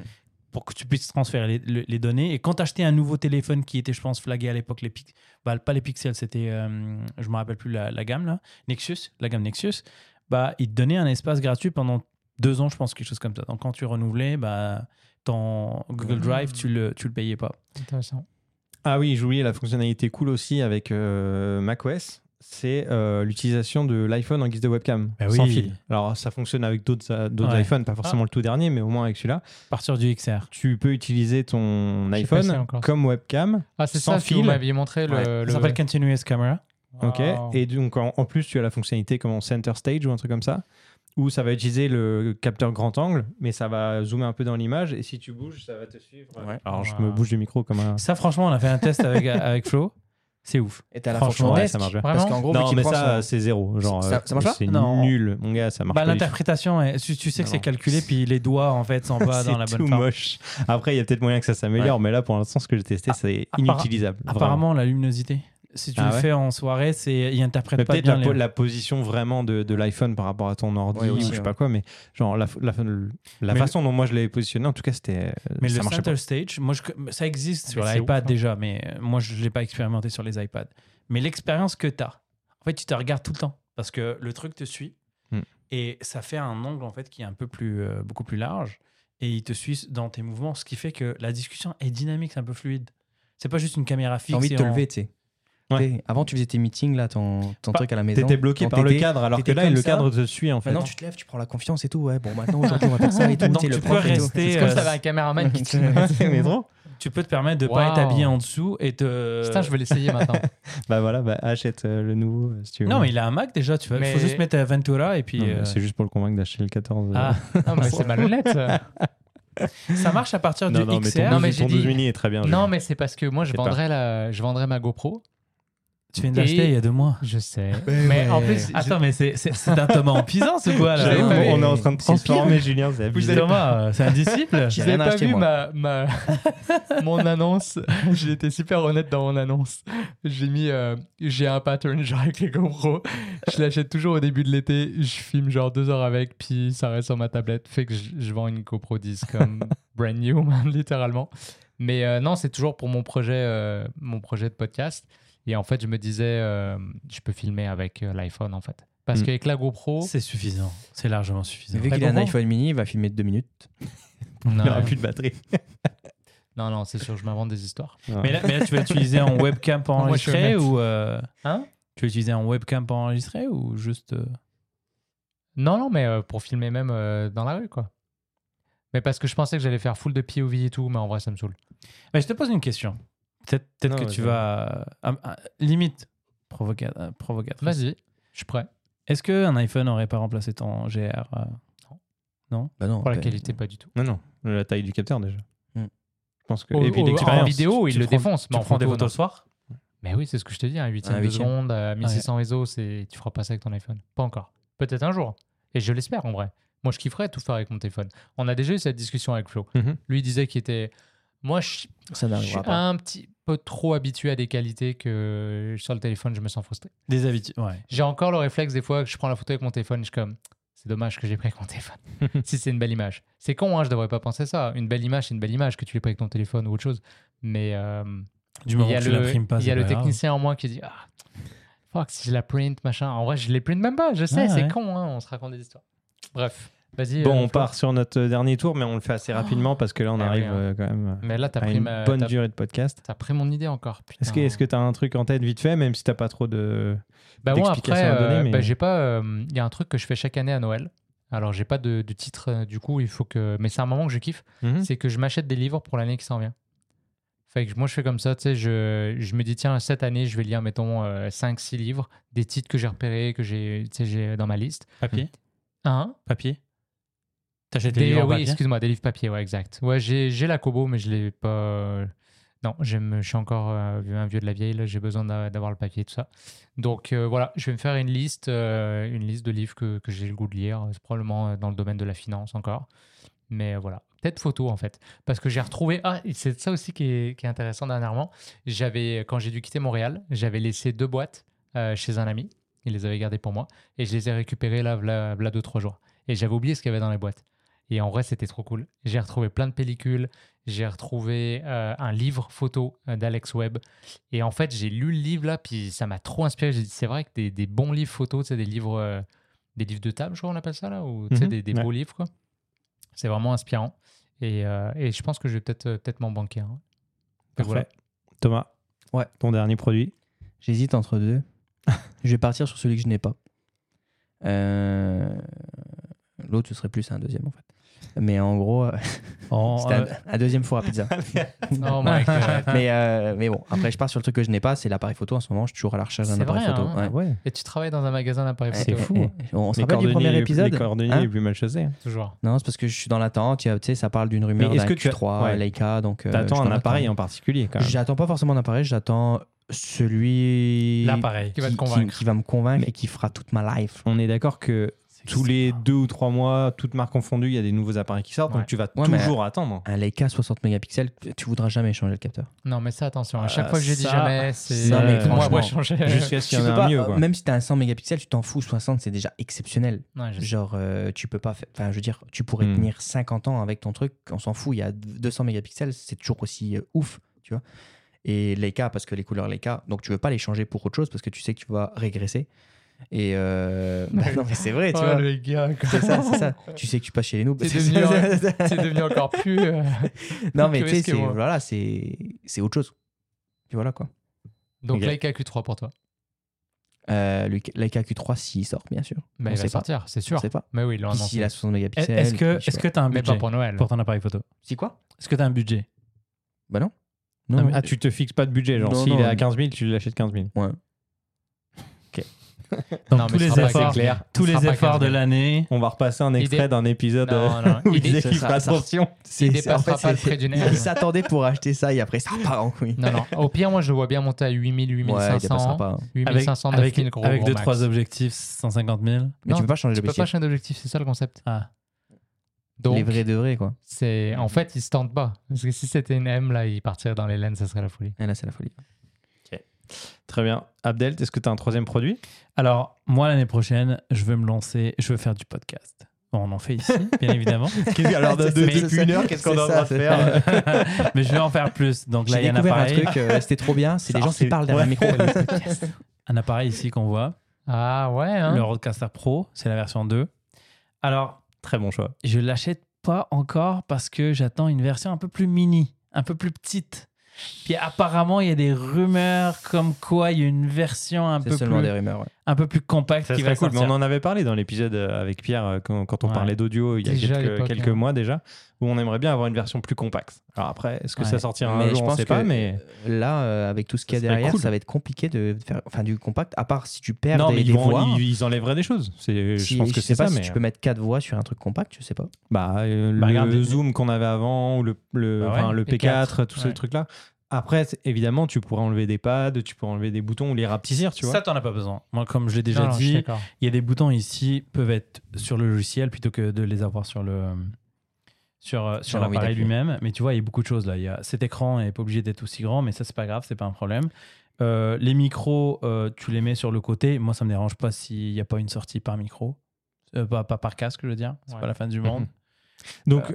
D: pour que tu puisses transférer les, le- les données. Et quand tu achetais un nouveau téléphone qui était, je pense, flagué à l'époque, les pic- bah, pas les pixels, c'était, euh, je me rappelle plus la, la gamme, là, Nexus, la gamme Nexus, bah, ils te donnaient un espace gratuit pendant deux ans, je pense, quelque chose comme ça. Donc quand tu renouvelais, bah, ton Google Drive, tu le, tu le payais pas.
B: Intéressant.
A: Ah oui, j'oubliais la fonctionnalité cool aussi avec euh, macOS, c'est euh, l'utilisation de l'iPhone en guise de webcam,
D: Bah
A: sans
D: oui.
A: fil. Alors ça fonctionne avec d'autres euh, d'autres
D: Ouais.
A: iPhones, pas forcément le tout dernier, mais au moins avec celui-là.
D: À partir du XR.
A: Tu peux utiliser ton
B: J'ai pas essayé
A: iPhone
B: encore.
A: comme webcam,
B: Ah, c'est
A: Sans
B: ça, si vous
A: fil.
B: m'aviez montré le.
A: Ouais.
B: le-
D: Ça s'appelle Continuous Camera.
B: Wow.
A: ok
D: Oh.
A: Et donc en, en plus tu as la fonctionnalité comme en Center Stage ou un truc comme ça, où ça va utiliser le capteur grand angle, mais ça va zoomer un peu dans l'image et si tu bouges, ça va te suivre.
C: Ouais.
A: Alors je
B: Wow.
A: me bouge du micro comme un.
D: Ça, franchement, on a fait un test avec, avec Flo. C'est ouf.
C: Et t'as la fonction
D: Franchement,
A: ouais,
C: desk,
A: ça marche bien.
C: Parce
B: Vraiment
C: qu'en gros, vu
A: Non
C: qu'il
A: mais
C: prend
A: ça
C: son-
A: c'est zéro, genre
C: Ça-
A: euh,
C: ça marche pas
A: c'est
D: Non.
A: nul, mon gars, ça marche
D: Bah,
A: pas. du tout.
D: L'interprétation, est- tu, tu sais que c'est
A: Non.
D: calculé, puis les doigts, en fait, s'en va dans la
A: C'est
D: bonne
A: tout
D: forme.
A: moche. Après, il y a peut-être moyen que ça s'améliore, mais là, pour l'instant, ce que j'ai testé, c'est
D: appara-
A: inutilisable. vraiment.
D: Apparemment, la luminosité. Si tu
A: Ah
D: le
A: ouais
D: fais en soirée, c'est il interprète
A: Mais
D: pas
A: peut-être
D: bien
A: la,
D: les...
A: po- la position vraiment de, de l'iPhone par rapport à ton ordi
C: Ouais,
A: ou
C: aussi,
A: je sais
C: ouais.
A: pas quoi, mais genre la, la- la
D: Mais
A: façon dont moi je l'ai positionné, en tout cas, c'était. euh,
D: Mais
A: ça
D: le
A: marchait
D: center
A: pas.
D: stage, moi, je- ça existe sur
B: Mais c'est ouf,
D: l'iPad
B: hein.
D: déjà, mais euh, moi, je ne l'ai pas expérimenté sur les iPads. Mais l'expérience que tu as, en fait, tu te regardes tout le temps parce que le truc te suit
A: Hmm.
D: et ça fait un angle, en fait, qui est un peu plus, euh, beaucoup plus large et il te suit dans tes mouvements, ce qui fait que la discussion est dynamique, c'est un peu fluide. C'est hein. pas juste une caméra fixe.
C: T'as envie de
D: et
C: te
D: en-
C: lever, tu sais.
A: Ouais.
C: T'es- Avant, tu faisais tes meetings, là, ton, ton
D: Pas-
C: truc à la maison.
A: T'étais bloqué
C: Quand
A: par le
C: t'étais-
A: cadre, alors que
C: t'étais
A: là,
C: comme
A: le
C: ça.
A: cadre te suit en fait.
C: Maintenant, tu te lèves, tu prends la confiance et tout. Ouais, bon, maintenant, aujourd'hui, on va faire ça et tout.
D: Donc,
C: sais,
D: tu
C: le
D: peux
C: prof et tout.
D: rester,
B: C'est
D: euh,
B: comme si t'avais un caméraman qui te.
A: mais trop.
D: Tu peux te permettre de pas
B: Waouh.
D: être habillé en dessous et te.
B: Putain, je vais l'essayer maintenant.
A: Bah voilà, bah, achète euh, le nouveau euh, si tu veux.
D: Non, mais il a un Mac déjà. Tu vas.
B: Mais-
D: Faut juste mettre Ventura et puis.
A: Non, mais
D: euh,
A: C'est juste pour le convaincre d'acheter le 14. euh.
D: Ah,
B: Non, mais c'est malhonnête. ça.
D: ça marche à partir
A: non,
D: du
A: non, mais
D: XR.
A: ton,
B: Non, mais
A: 12,
B: j'ai
A: ton 12
B: dit-
A: mini est très bien.
B: Non,
A: Julien.
B: mais c'est parce que moi, je
A: Je sais pas.
B: vendrais, la... je vendrais ma GoPro.
D: Tu viens de
B: Et-
D: l'acheter il y a deux mois.
B: Je sais.
C: Mais
B: Mais,
C: ouais.
B: en plus,
D: Attends, mais c'est c'est- c'est un Thomas en Pisance ou quoi
A: Je
D: là
A: l'avais
B: j'avais
A: pas
B: pas
A: vu.
B: vu.
A: Euh, on est en train de transformer Julien, c'est abusé.
D: Thomas, euh, c'est un disciple
C: J'ai
B: Vous
C: rien
B: avez pas
C: acheté,
B: vu
C: moi.
B: ma, ma- mon annonce J'ai été super honnête dans mon annonce. J'ai mis, euh, j'ai un pattern genre avec les GoPro. Je l'achète toujours au début de l'été. Je filme genre deux heures avec, puis ça reste sur ma tablette. Fait que je, je vends une GoPro 10 comme brand new, man, littéralement. Mais euh, non, c'est toujours pour mon projet, euh, mon projet de podcast. Et en fait, je me disais, euh, je peux filmer avec euh, l'iPhone en fait. Parce
A: Mm.
B: qu'avec la GoPro,
D: C'est suffisant. C'est largement
A: euh,
D: suffisant.
C: Vu
B: T'as
C: qu'il a un
B: compris
C: iPhone mini, il va filmer de deux minutes.
B: non,
A: Il n'aura plus de batterie.
B: non, non, c'est sûr, je m'invente des histoires.
D: Mais là, mais là, tu vas l'utiliser en webcam pour
B: Moi, je suis
D: enregistrer
B: honnête.
D: ou. euh,
B: Hein
D: Tu vas l'utiliser en webcam pour enregistrer ou juste. euh,
B: Non, non, mais euh, pour filmer même euh, dans la rue, quoi. Mais parce que je pensais que j'allais faire full de POV et tout, mais en vrai, ça me saoule.
D: Mais je te pose une question. Peut-être peut-être
A: Non,
D: que
A: vas-y.
D: tu vas. euh, ah, ah, limite provoca- euh, provocatrice.
B: Vas-y, je suis prêt.
D: Est-ce qu'un iPhone aurait pas remplacé ton GR euh,
C: Bah non.
B: Pour la
C: bah,
B: qualité, pas du tout.
A: Non, non, la taille du capteur déjà.
C: Hmm.
A: Je pense que.
B: Au-
A: et puis
B: au-
A: l'expérience.
B: Oh, en vidéo,
D: tu
B: il le
D: prends-
B: défonce.
D: Tu
B: mais en
D: prends des
B: photo,
D: photos Ah, le soir
B: non. Mais oui, c'est ce que je te dis, un
C: Un
B: huitième de
C: huitième.
B: seconde, euh, à 1600 ISO, c'est... tu feras pas ça avec ton iPhone. Pas encore. Peut-être un jour. Et je l'espère, en vrai. Moi, je kifferais tout faire avec mon téléphone. On a déjà eu cette discussion avec Flo.
A: Mhm.
B: Lui il disait qu'il était... Moi, je,
C: Ça
B: je suis
A: Ah.
C: n'arrivera pas.
B: un petit peu trop habitué à des qualités que sur le téléphone, je me sens frustré.
D: Des habitudes. Ouais.
B: J'ai encore le réflexe des fois que je prends la photo avec mon téléphone, je suis comme, c'est dommage que j'ai pris avec mon téléphone. si c'est une belle image. C'est con, hein, je devrais pas penser ça. Une belle image, c'est une belle image que tu l'aies pris avec ton téléphone ou autre chose. Mais euh,
D: Du
B: il
D: moment
B: y a
D: que tu
B: le,
D: l'imprimes pas,
B: il y a
D: c'est
B: le
D: pas grave.
B: technicien en moi qui dit, ah, fuck, si je la print, machin. En vrai, je les print même pas, je sais,
D: Ouais,
B: c'est
D: ouais.
B: con, hein, on se raconte des histoires. Bref, vas-y.
A: Ah Bon,
B: euh,
A: on
B: Flo.
A: part sur notre dernier tour, mais on le fait assez rapidement parce que là, on
B: Ah oui,
A: arrive
B: hein.
A: euh, quand même euh,
B: Mais là, t'as
A: à
B: pris,
A: une
B: ma-
A: bonne
B: t'as- Ah.
A: durée de podcast.
B: t'as pris mon idée encore.
A: Est-ce que
B: putain.
A: est-ce que t'as un truc en tête vite fait, même si t'as pas trop de.
B: Bah moi après,
A: d'explications à donner,
B: euh,
A: mais-
B: bah, j'ai pas. euh, Il y a un truc que je fais chaque année à Noël. Alors j'ai pas de, de titre euh, du coup, il faut que. Mais c'est un moment que je kiffe,
A: Mhm.
B: c'est que je m'achète des livres pour l'année qui s'en vient. Fait que moi je fais comme ça, tu sais, je, je me dis tiens cette année je vais lire mettons 5-6 livres, des titres que j'ai repérés, que j'ai, tu sais, j'ai dans ma liste.
D: Papier
B: Un.
D: Papier T'achètes les
B: Des,
D: livres en
B: oui,
D: papier
B: excuse-moi, des livres papier, ouais, exact. Ouais, j'ai, j'ai la Kobo, mais je l'ai pas. euh, Non, j'aime, je suis encore euh, vieux- un vieux de la vieille, là, j'ai besoin d'a- d'avoir le papier, tout ça. Donc euh, voilà, je vais me faire une liste, euh, une liste de livres que, que j'ai le goût de lire, c'est probablement euh, dans le domaine de la finance encore. Mais euh, voilà, peut-être photo en fait. Parce que j'ai retrouvé. Ah, et c'est ça aussi qui est, qui est intéressant dernièrement. J'avais, quand j'ai dû quitter Montréal, j'avais laissé deux boîtes euh, chez un ami Il les avait gardés pour moi. Et je les ai récupérés là, v'là, v'là deux, trois jours. Et j'avais oublié ce qu'il y avait dans les boîtes. Et en vrai, c'était trop cool. J'ai retrouvé plein de pellicules. J'ai retrouvé euh, un livre photo euh, d'Alex Webb. Et en fait, j'ai lu le livre là, puis ça m'a trop inspiré. J'ai dit, c'est vrai que des, des bons livres photos, c'est des livres, euh, des livres de table, je crois qu'on appelle ça là, ou tu sais,
A: Mhm,
B: des, des
A: ouais.
B: beaux livres. quoi. C'est vraiment inspirant. Et, euh, et je pense que je vais peut-être euh, peut-être m'en banquer. un.
A: Parfait.
B: Voilà.
A: Thomas,
C: Ouais.
A: ton dernier produit.
C: J'hésite entre deux. je vais partir sur celui que je n'ai pas. Euh, L'autre, ce serait plus un deuxième en fait. Mais en gros, euh,
D: En,
C: c'était un-
D: euh,
C: un, deuxième four à pizza.
B: Oh my God.
C: mais, euh, mais bon, après, je pars sur le truc que je n'ai pas, c'est l'appareil photo. En ce moment, je suis toujours à la recherche d'un
B: C'est
C: appareil
B: vrai,
C: photo.
B: hein.
C: Ah Ouais.
A: ouais.
B: Et tu travailles dans un magasin d'appareils
C: Eh,
B: photo
C: eh,
A: fou.
C: eh, On se
A: Les
C: rappelle du premier
A: cordonniers-
C: épisode
A: Les cordonniers
C: Hein
A: les plus mal chaussés.
B: toujours.
C: Non, c'est parce que je suis dans l'attente. il y a- Tu sais, ça parle d'une rumeur
A: Mais est-ce
C: d'un
A: que tu as-
C: Q3,
A: ouais.
C: Leica. Donc, euh, je
A: T'attends
C: suis
A: un
C: dans
A: appareil
C: l'attente.
A: en particulier quand même.
C: J'attends pas forcément un appareil, j'attends celui
D: L'appareil.
B: Qui va te convaincre.
C: qui va me convaincre et qui fera toute ma life.
A: On est d'accord que tous les deux ou trois mois, toutes marques confondues, il y a des nouveaux appareils qui sortent,
B: Ouais.
A: donc tu vas
C: Ouais, mais-
A: toujours attendre.
C: Un Leica 60 mégapixels, tu voudras jamais changer le capteur.
B: Non, mais ça, attention. À
A: Euh,
B: chaque fois que j'ai dit
A: ça,
B: jamais, c'est.
C: non, mais
B: euh, moi, moi,
C: franchement,
B: changer.
A: Jusqu'à ce qu'il y
C: Tu
A: en ait
C: peux
A: un
C: pas,
A: mieux.
C: euh,
A: Quoi.
C: Même si t'as un 100 mégapixels, tu t'en fous, 60 c'est déjà exceptionnel.
B: Ouais, je sais.
C: Genre, euh, tu peux pas faire. Enfin, je veux dire, tu pourrais
A: Hmm.
C: tenir 50 ans avec ton truc, on s'en fout. Il y a 200 mégapixels, c'est toujours aussi euh, ouf, tu vois. Et Leica, parce que les couleurs Leica, donc tu veux pas les changer pour autre chose parce que tu sais que tu vas régresser. Et euh, bah non, mais c'est vrai, tu
B: Oh,
C: vois.
B: le gars, quoi.
C: C'est ça, c'est ça. Tu sais que tu passes chez les noobs.
B: T'es
C: C'est
B: devenu
C: ça, c'est ça.
B: C'est devenu encore plus. euh,
C: non, mais
B: que
C: tu sais, c'est
B: risqué, moi.
C: voilà, c'est c'est autre chose. Puis voilà quoi.
B: Donc,
A: Ok.
B: Leica Q3 pour toi.
C: Euh, le Leica Q3 s'il sort, bien sûr.
B: Mais
C: on
B: il va
C: sait pas.
B: sortir, c'est
C: On
B: sûr.
C: sait pas.
B: Mais oui, ils l'ont
C: Puis s'il
B: annoncé.
C: a 60 mégapixels.
D: Est-ce que
C: puis, tu
D: est-ce
C: vois.
D: que t'as un
B: Mais pas
D: budget
B: pour Noël.
D: pour ton appareil photo
C: Si quoi
D: Est-ce que t'as un budget
C: Bah non.
A: Ah,
C: Non, mais-
A: tu te fixes pas de budget. Genre,
C: Non,
A: s'il
C: non,
A: est à
C: mais-
A: 15 000, tu l'achètes 15 000.
D: Donc
B: Non, mais
D: tous
B: ce
D: les
B: sera pas
D: efforts,
B: clair. Ce
D: tous
B: sera
D: les
B: pas
D: efforts de
B: clair.
D: l'année.
A: On va repasser un extrait
B: Idée-
A: d'un épisode euh,
B: Non, non,
A: où il
B: idée-
A: disait
C: ce
A: qu'il
C: sera-
A: fera
C: ça-
A: attention.
C: c'est- c'est-
B: dépassera pas le
C: c'est-
B: prix du nerf.
C: Il s'attendait pour acheter ça et après ça part en couille.
B: Non, non. Au pire, moi, je le vois bien monter à 8000,
C: Ouais, il
B: 8500.
C: dépassera pas. hein.
B: 8500,
D: avec
B: 9000 gros.
D: avec
B: gros
D: deux
B: max.
D: trois objectifs, 150 000.
C: Mais
B: Non,
C: tu peux pas changer
B: Tu peux pas
C: l'objectif.
B: changer d'objectif, c'est ça le concept.
D: Ah.
C: Les
B: Donc,
C: vrais de vrais quoi.
B: c'est en fait, ils se tentent pas. Parce que si c'était une M, là, ils partiraient dans les lens, ça serait la folie.
C: Et Ah, là c'est la folie.
A: Très bien. Abdel, est-ce que tu as un troisième produit
D: Alors moi l'année prochaine, je veux me lancer, je veux faire du podcast. Bon, on en fait ici, bien évidemment.
A: Alors,
C: C'est-
A: de-
C: c'est-
A: depuis
C: c'est-
A: une heure, qu'est-ce qu'on est en
C: c'est
A: train
C: ça,
A: de faire
D: Mais je vais en faire plus. Donc là,
C: J'ai
D: il y a un
C: découvert un
D: appareil,
C: truc, euh, c'était trop bien. C'est
A: Ça,
C: des gens
A: c'est-
C: qui parlent derrière
A: ouais.
C: le micro.
D: un appareil ici qu'on voit,
B: Ah ouais, hein.
D: le Rodecaster Pro, c'est la version 2. Alors
A: Très bon choix.
D: je l'achète pas encore parce que j'attends une version un peu plus mini, un peu plus petite. Puis apparemment, il y a des rumeurs comme quoi il y a une version un,
C: C'est
D: peu
C: seulement
D: plus,
C: des rumeurs. ouais.
D: un peu plus compacte
A: Ça
D: qui
A: serait
D: va
A: cool, mais
D: sortir.
A: on en avait parlé dans l'épisode euh, avec Pierre euh, quand, quand on
D: Ouais.
A: parlait d'audio il y a
B: Déjà à
A: quelques,
B: l'époque,
A: quelques
B: hein.
A: mois déjà, où on aimerait bien avoir une version plus compacte. Alors après, est-ce que
D: Ouais.
A: ça sortira
C: Mais
A: un
C: je
A: jour On
C: pense
A: sait
C: que-
A: pas, mais
C: Là, euh, avec tout ce qu'il y a
A: Ça serait
C: derrière,
A: cool.
C: ça va être compliqué de faire enfin, du compact, à part si tu perds
A: non,
C: des,
A: mais
C: des
A: ils, vont-
C: voix.
A: ils- ils enlèveraient des choses. C'est-
C: Si-
A: je pense que
C: sais
A: c'est ça,
C: pas si
A: mais
C: tu peux mettre 4 voix sur un truc compact, je sais pas.
A: bah, euh,
D: Bah,
A: le
D: regarde, les-
A: zoom qu'on avait avant ou le, le,
D: Bah ouais,
A: enfin, le
B: les
A: P4, tous ces
D: ouais.
A: trucs là. Après, c'est- évidemment, tu pourras enlever des pads, tu pourras enlever des boutons ou les rapetir, tu vois.
D: Ça, t'en as pas besoin. Moi, comme je l'ai déjà
B: Non, non, je suis
D: dit,
B: d'accord.
D: il y a des boutons ici peuvent être sur le logiciel plutôt que de les avoir sur le sur, euh, sur
A: Ah
C: J'ai envie
D: l'appareil
C: d'appuyer.
D: lui-même. Mais tu vois, il y a beaucoup de choses là. Il y a cet écran n'est pas obligé d'être aussi grand, mais ça c'est pas grave, c'est pas un problème. Euh, les micros, euh, tu les mets sur le côté. Moi, ça me dérange pas s'il n'y a pas une sortie par micro, Euh, pas, pas par casque, je veux dire. C'est
B: Ouais.
D: pas la fin du monde.
A: Donc,
D: euh,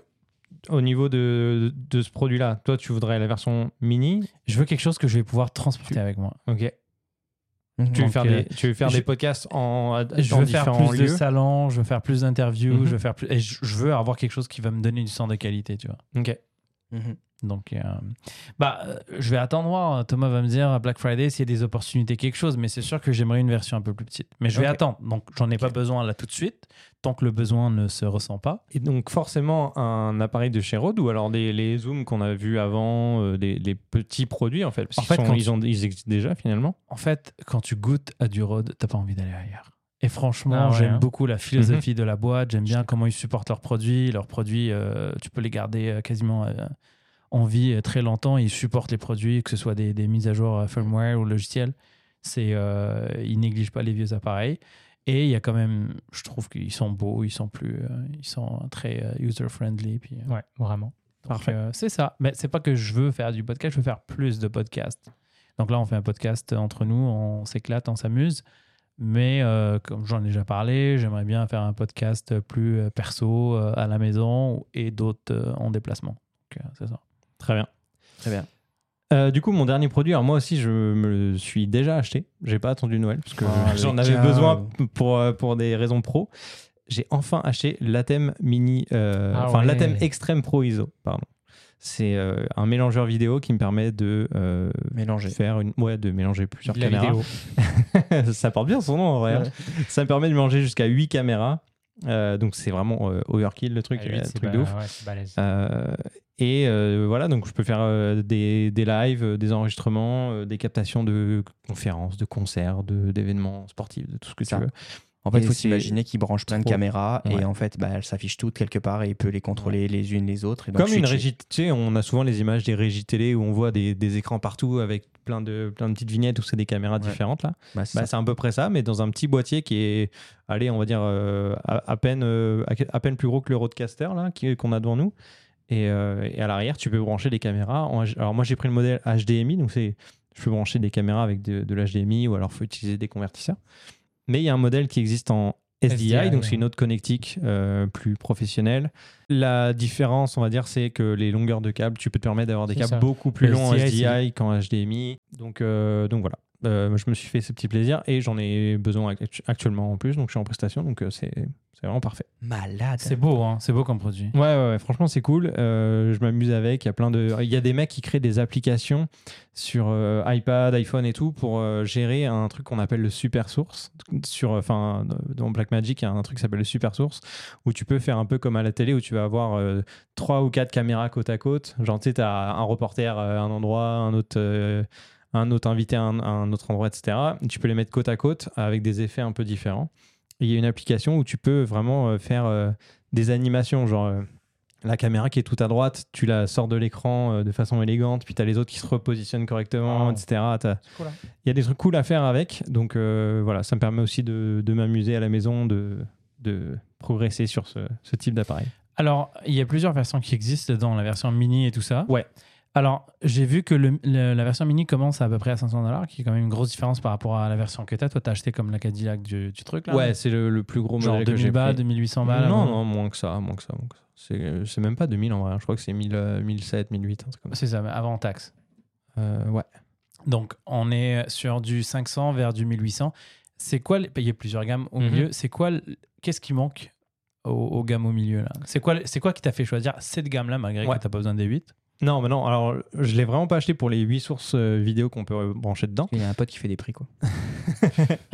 A: au niveau de, de ce produit là, toi, tu voudrais la version mini
D: Je veux quelque chose que je vais pouvoir transporter avec moi.
A: Ok. Tu veux
D: Donc,
A: faire,
D: euh,
A: des, tu veux faire
D: je-
A: des podcasts en, à-
D: Je
A: dans
D: veux faire
A: différents
D: plus de
A: lieux
D: salons, je veux faire plus d'interviews,
A: Mhm.
D: je veux faire plus et je, je veux avoir quelque chose qui va me donner du sang de qualité, tu vois.
A: Ok.
C: Mhm.
D: Donc, euh, bah, euh, je vais attendre voir. Thomas va me dire à Black Friday s'il y a des opportunités, quelque chose, mais c'est sûr que j'aimerais une version un peu plus petite. Mais je vais
A: Ok.
D: attendre. Donc, j'en ai pas besoin là tout de suite, tant que le besoin ne se ressent pas.
A: Et donc forcément un appareil de chez Rode ou alors des, les zooms qu'on a vus avant, euh, des, des petits produits en fait. Parce
D: En
A: qu'ils
D: fait,
A: sont-
D: quand
A: ils, ont, ils existent déjà finalement.
D: En fait, quand tu goûtes à du Rode, t'as pas envie d'aller ailleurs. Et franchement,
B: Ah ouais,
D: j'aime
B: hein.
D: beaucoup la philosophie de la boîte. J'aime bien comment ils supportent leurs produits. Leurs produits, euh, tu peux les garder euh, quasiment euh, en vie euh, très longtemps. Ils supportent les produits, que ce soit des, des mises à jour euh, firmware ou logiciel. C'est, euh, ils négligent pas les vieux appareils. Et il y a quand même, je trouve qu'ils sont beaux, ils sont plus, euh, ils sont très euh, user friendly. Puis, euh,
B: Ouais, vraiment.
D: donc,
A: Parfait.
D: euh, c'est ça. Mais c'est pas que je veux faire du podcast, je veux faire plus de podcasts. Donc là, on fait un podcast entre nous, on s'éclate, on s'amuse. Mais euh, comme j'en ai déjà parlé, j'aimerais bien faire un podcast plus euh, perso euh, à la maison et d'autres euh, en déplacement. Donc, euh, c'est ça.
A: Très bien.
C: Très bien.
A: Euh, du coup, mon dernier produit, alors moi aussi, je me le suis déjà acheté. J'ai pas attendu Noël parce que
C: Ah,
A: j'en
C: le
A: avais
C: gars.
A: besoin pour, euh, pour des raisons pro. J'ai enfin acheté l'ATEM Mini, euh,
B: Ah
A: enfin
B: ouais.
A: l'ATEM Extreme Pro ISO, pardon. C'est euh, un mélangeur vidéo qui me permet de euh,
C: Mélanger.
A: faire une, ouais, de mélanger plusieurs
B: De la
A: caméras.
B: vidéo.
A: ça porte bien son nom en vrai. hein. Ça me permet de mélanger jusqu'à 8 caméras. Euh, donc c'est vraiment euh, overkill le truc,
B: Ah, huit,
A: euh,
B: c'est
A: truc
B: ba-
A: de ouf.
B: ouais, c'est balèze.
A: Euh, et euh, voilà, donc je peux faire euh, des, des lives, euh, des enregistrements, euh, des captations de conférences, de concerts, de- d'événements sportifs, de tout ce que
C: Ça. Bah,
A: tu veux.
C: En fait,
A: Et
C: il faut
A: c'est
C: s'imaginer qu'il branche plein de
A: trop.
C: caméras
A: Ouais.
C: et en fait, bah, elles s'affichent toutes quelque part et il peut les contrôler les unes les autres. Et donc
A: Comme une
C: switcher.
A: régie, tu sais, on a souvent les images des régies télé où on voit des, des écrans partout avec plein de, plein de petites vignettes où c'est des caméras
C: Ouais.
A: différentes là.
C: Bah, c'est
A: Bah,
C: ça.
A: c'est à peu près ça, mais dans un petit boîtier qui est, allez, on va dire euh, à, à peine, euh, à- à peine plus gros que le Roadcaster là qui- qu'on a devant nous. Et, euh, et à l'arrière, tu peux brancher des caméras. en H- alors moi, j'ai pris le modèle HDMI, donc c'est, je peux brancher des caméras avec de, de l'HDMI ou alors faut utiliser des convertisseurs. Mais il y a un modèle qui existe en SDI,
B: SDI,
A: donc
B: ouais.
A: c'est une autre connectique euh, plus professionnelle. La différence, on va dire, c'est que les longueurs de câbles, tu peux te permettre d'avoir des
B: C'est
A: câbles
B: ça.
A: beaucoup plus
B: Le
A: longs en
B: SDI,
A: SDI qu'en HDMI. Donc, euh, donc voilà. Euh, je me suis fait ce petit plaisir et j'en ai besoin actu- actuellement en plus, donc je suis en prestation, donc euh, c'est c'est vraiment parfait.
C: Malade.
D: C'est beau, hein, c'est beau comme produit.
A: Ouais, ouais, ouais, franchement, c'est cool. Euh, je m'amuse avec. Il y a plein de. Il y a des mecs qui créent des applications sur euh, iPad, iPhone et tout pour euh, gérer un truc qu'on appelle le super source. Sur, euh, enfin, dans Blackmagic, il y a un truc qui s'appelle le super source où tu peux faire un peu comme à la télé où tu vas avoir euh, trois ou quatre caméras côte à côte. Genre, tu sais, t'as un reporter euh, à un endroit, un autre. euh, un autre invité à un, à un autre endroit, etc. Tu peux les mettre côte à côte avec des effets un peu différents. Et Il y a une application où tu peux vraiment euh, faire euh, des animations, genre euh, la caméra qui est tout à droite, tu la sors de l'écran euh, de façon élégante, puis tu as les autres qui se repositionnent correctement,
B: Wow.
A: etc. T'as-
B: C'est cool, hein.
A: Il y a des trucs cool à faire avec, donc euh, voilà, ça me permet aussi de, de m'amuser à la maison, de, de progresser sur ce, ce type d'appareil.
D: Alors, il y a plusieurs versions qui existent dedans, la version mini et tout ça.
A: Ouais.
D: Alors, j'ai vu que le- le- la version mini commence à peu près à 500 dollars, qui est quand même une grosse différence par rapport à la version que t'as. Toi, t'as acheté comme la Cadillac du, du truc là.
A: c'est le, plus gros
D: genre 2000 balles, 2800 balles.
A: Bah, Non,
D: avant.
A: non, moins que ça, moins que ça, moins que ça. C'est euh, c'est même pas 2000 en vrai, je crois que c'est 1000, euh, 1007, 1008, un truc comme ça.
D: C'est ça, mais avant taxe.
A: Euh, ouais.
D: Donc, on est sur du 500 vers du 1800. C'est quoi les- Il y a plusieurs gammes au
A: Mhm.
D: milieu. C'est quoi l- Qu'est-ce qui manque aux, aux gammes au milieu là C'est quoi C'est quoi qui t'a fait choisir cette gamme là malgré
A: Ouais.
D: que t'as pas besoin des 8
A: Non, mais non, alors je l'ai vraiment pas acheté pour les 8 sources euh, vidéo qu'on peut euh, brancher dedans.
C: Il y a un pote qui fait des prix quoi.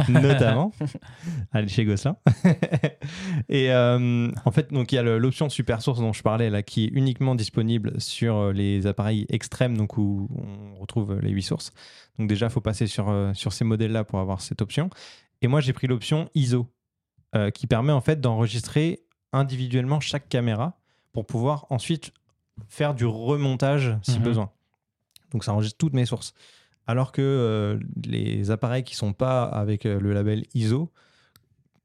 A: notamment. Allez chez Gosselin. et euh, en fait, donc il y a le- l'option Super Source dont je parlais là, qui est uniquement disponible sur euh, les appareils extrêmes, donc où on retrouve euh, les 8 sources. Donc déjà, il faut passer sur, euh, sur ces modèles-là pour avoir cette option. Et moi, j'ai pris l'option ISO, euh, qui permet en fait d'enregistrer individuellement chaque caméra pour pouvoir ensuite faire du remontage si
D: Mhm.
A: besoin. Donc ça enregistre toutes mes sources. Alors que euh, les appareils qui sont pas avec euh, le label ISO,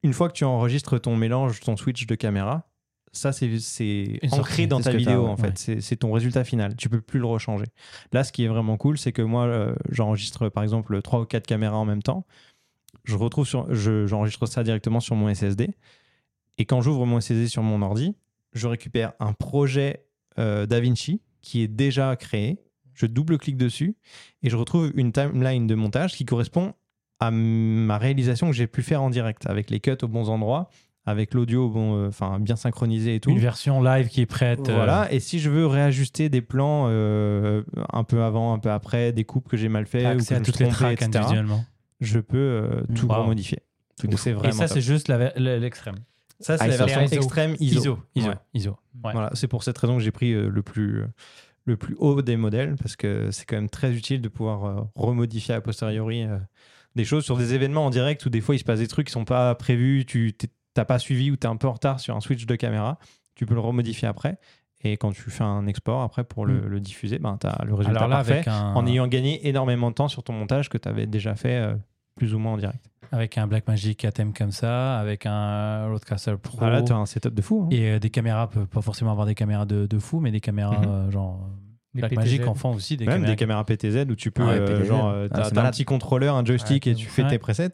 A: une fois que tu enregistres ton mélange, ton switch de caméra, ça c'est- c'est
D: Une sortie,
A: ancré dans
C: c'est
A: ta
C: ce que t'as,
A: vidéo
C: ouais.
A: en fait.
D: Ouais.
A: C'est- C'est ton résultat final. Tu peux plus le rechanger. Là, ce qui est vraiment cool, c'est que moi, euh, j'enregistre par exemple trois ou quatre caméras en même temps. Je retrouve sur, je- j'enregistre ça directement sur mon SSD. Et quand j'ouvre mon SSD sur mon ordi, je récupère un projet euh, DaVinci qui est déjà créé. Je double-clique dessus et je retrouve une timeline de montage qui correspond à ma réalisation que j'ai pu faire en direct avec les cuts aux bons endroits, avec l'audio au bon, euh, enfin bien synchronisé et tout.
D: Une version live qui est prête. euh,
A: Voilà, et si je veux réajuster des plans euh, un peu avant, un peu après, des coupes que j'ai mal fait, ou que je
D: accès à
A: me
D: toutes
A: suis
D: les
A: trompé,
D: tracks
A: etc.,
D: individuellement.
A: je peux euh, tout
D: Wow.
A: modifier.
C: de
A: Donc c'est
D: Et
A: vraiment
D: ça,
A: top.
D: c'est juste la- la- l'extrême.
A: ça c'est
C: Ah,
A: la
C: ISO.
A: version
B: ISO.
A: extrême ISO.
D: ISO. ISO.
A: Ouais.
D: ISO. Ouais.
A: Voilà, c'est pour cette raison que j'ai pris euh, le plus le plus haut des modèles parce que c'est quand même très utile de pouvoir euh, remodifier a posteriori euh, des choses sur des événements en direct où des fois il se passe des trucs qui sont pas prévus, tu t'es- t'as pas suivi ou tu es un peu en retard sur un switch de caméra, tu peux le remodifier après et quand tu fais un export après pour le, le diffuser, ben tu as le résultat
D: Alors là,
A: parfait
D: avec un,
A: en ayant gagné énormément de temps sur ton montage que tu avais déjà fait euh, plus ou moins en direct.
D: avec un Blackmagic à thème comme ça, avec un Roadcaster Pro.
A: Ah là, tu as un setup de fou. hein.
D: Et euh, des caméras, peut pas forcément avoir des caméras de, de fou, mais des caméras
A: Mhm.
D: euh, genre
B: Des
D: Blackmagic
B: PTZ.
D: enfant aussi, des
A: Même
D: caméras.
A: des caméras PTZ où tu peux,
C: Ah ouais,
A: euh,
C: PTZ.
A: genre, euh,
C: Ah,
A: t'as
C: c'est
A: t'as un
C: malade.
A: petit contrôleur, un joystick
B: Ouais,
A: et tu fais
D: ouais.
A: tes presets.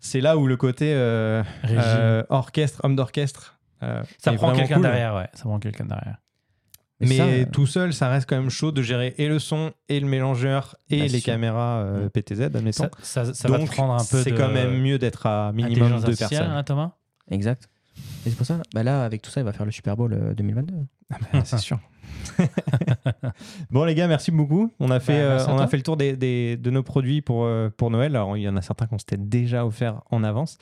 A: c'est là où le côté euh,
D: Régime.
A: euh, orchestre, homme d'orchestre. euh,
D: ça
A: est
D: prend
A: vraiment
D: quelqu'un
A: cool.
D: derrière, ouais. Ça prend quelqu'un derrière.
A: Mais
C: ça, euh,
A: tout seul, ça reste quand même chaud de gérer et le son, et le mélangeur, et
C: Bien
A: les
C: Bah, sûr.
A: caméras euh,
C: Ouais.
A: PTZ, admettons.
D: Ça, ça- ça va
A: Donc,
D: te prendre un peu de.
A: C'est quand même mieux d'être à minimum
D: intelligence
A: deux
D: artificielle,
A: personnes.
D: hein, Thomas
C: Exact. Et c'est pour ça, bah là, avec tout ça, il va faire le Super Bowl euh, 2022.
A: Ah, c'est sûr. bon les gars, merci beaucoup. On a fait, euh,
D: Bah, merci à
A: on a
D: toi.
A: fait le tour des, des- de nos produits pour, euh, pour Noël. Alors il y en a certains qu'on s'était déjà offerts en avance.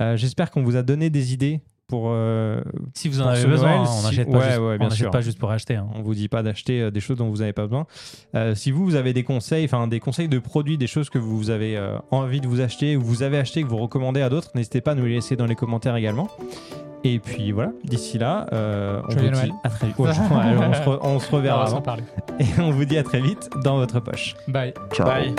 A: Euh, J'espère qu'on vous a donné des idées pour. euh,
D: Si vous en
A: Pour
D: avez
A: ce
D: besoin,
A: Noël,
D: hein, on
A: si-
D: n'achète
A: ouais,
D: pas,
A: ouais,
D: juste- on
A: bien
D: n'achète
A: sûr.
D: pas juste pour acheter. hein.
A: on vous dit pas d'acheter euh, des choses dont vous n'avez pas besoin. Euh, si vous vous avez des conseils, enfin des conseils de produits, des choses que vous avez euh, envie de vous acheter ou vous avez acheté que vous recommandez à d'autres, n'hésitez pas à nous les laisser dans les commentaires également. Et puis voilà, d'ici là, euh, on vous
B: Joyeux
A: dit
B: Noël.
A: à très vite. Ouais, ouais, on, se re- on se reverra
B: On va s'en
A: avant.
B: parler.
A: et on vous dit à très vite dans votre poche.
B: Bye.
A: Bye.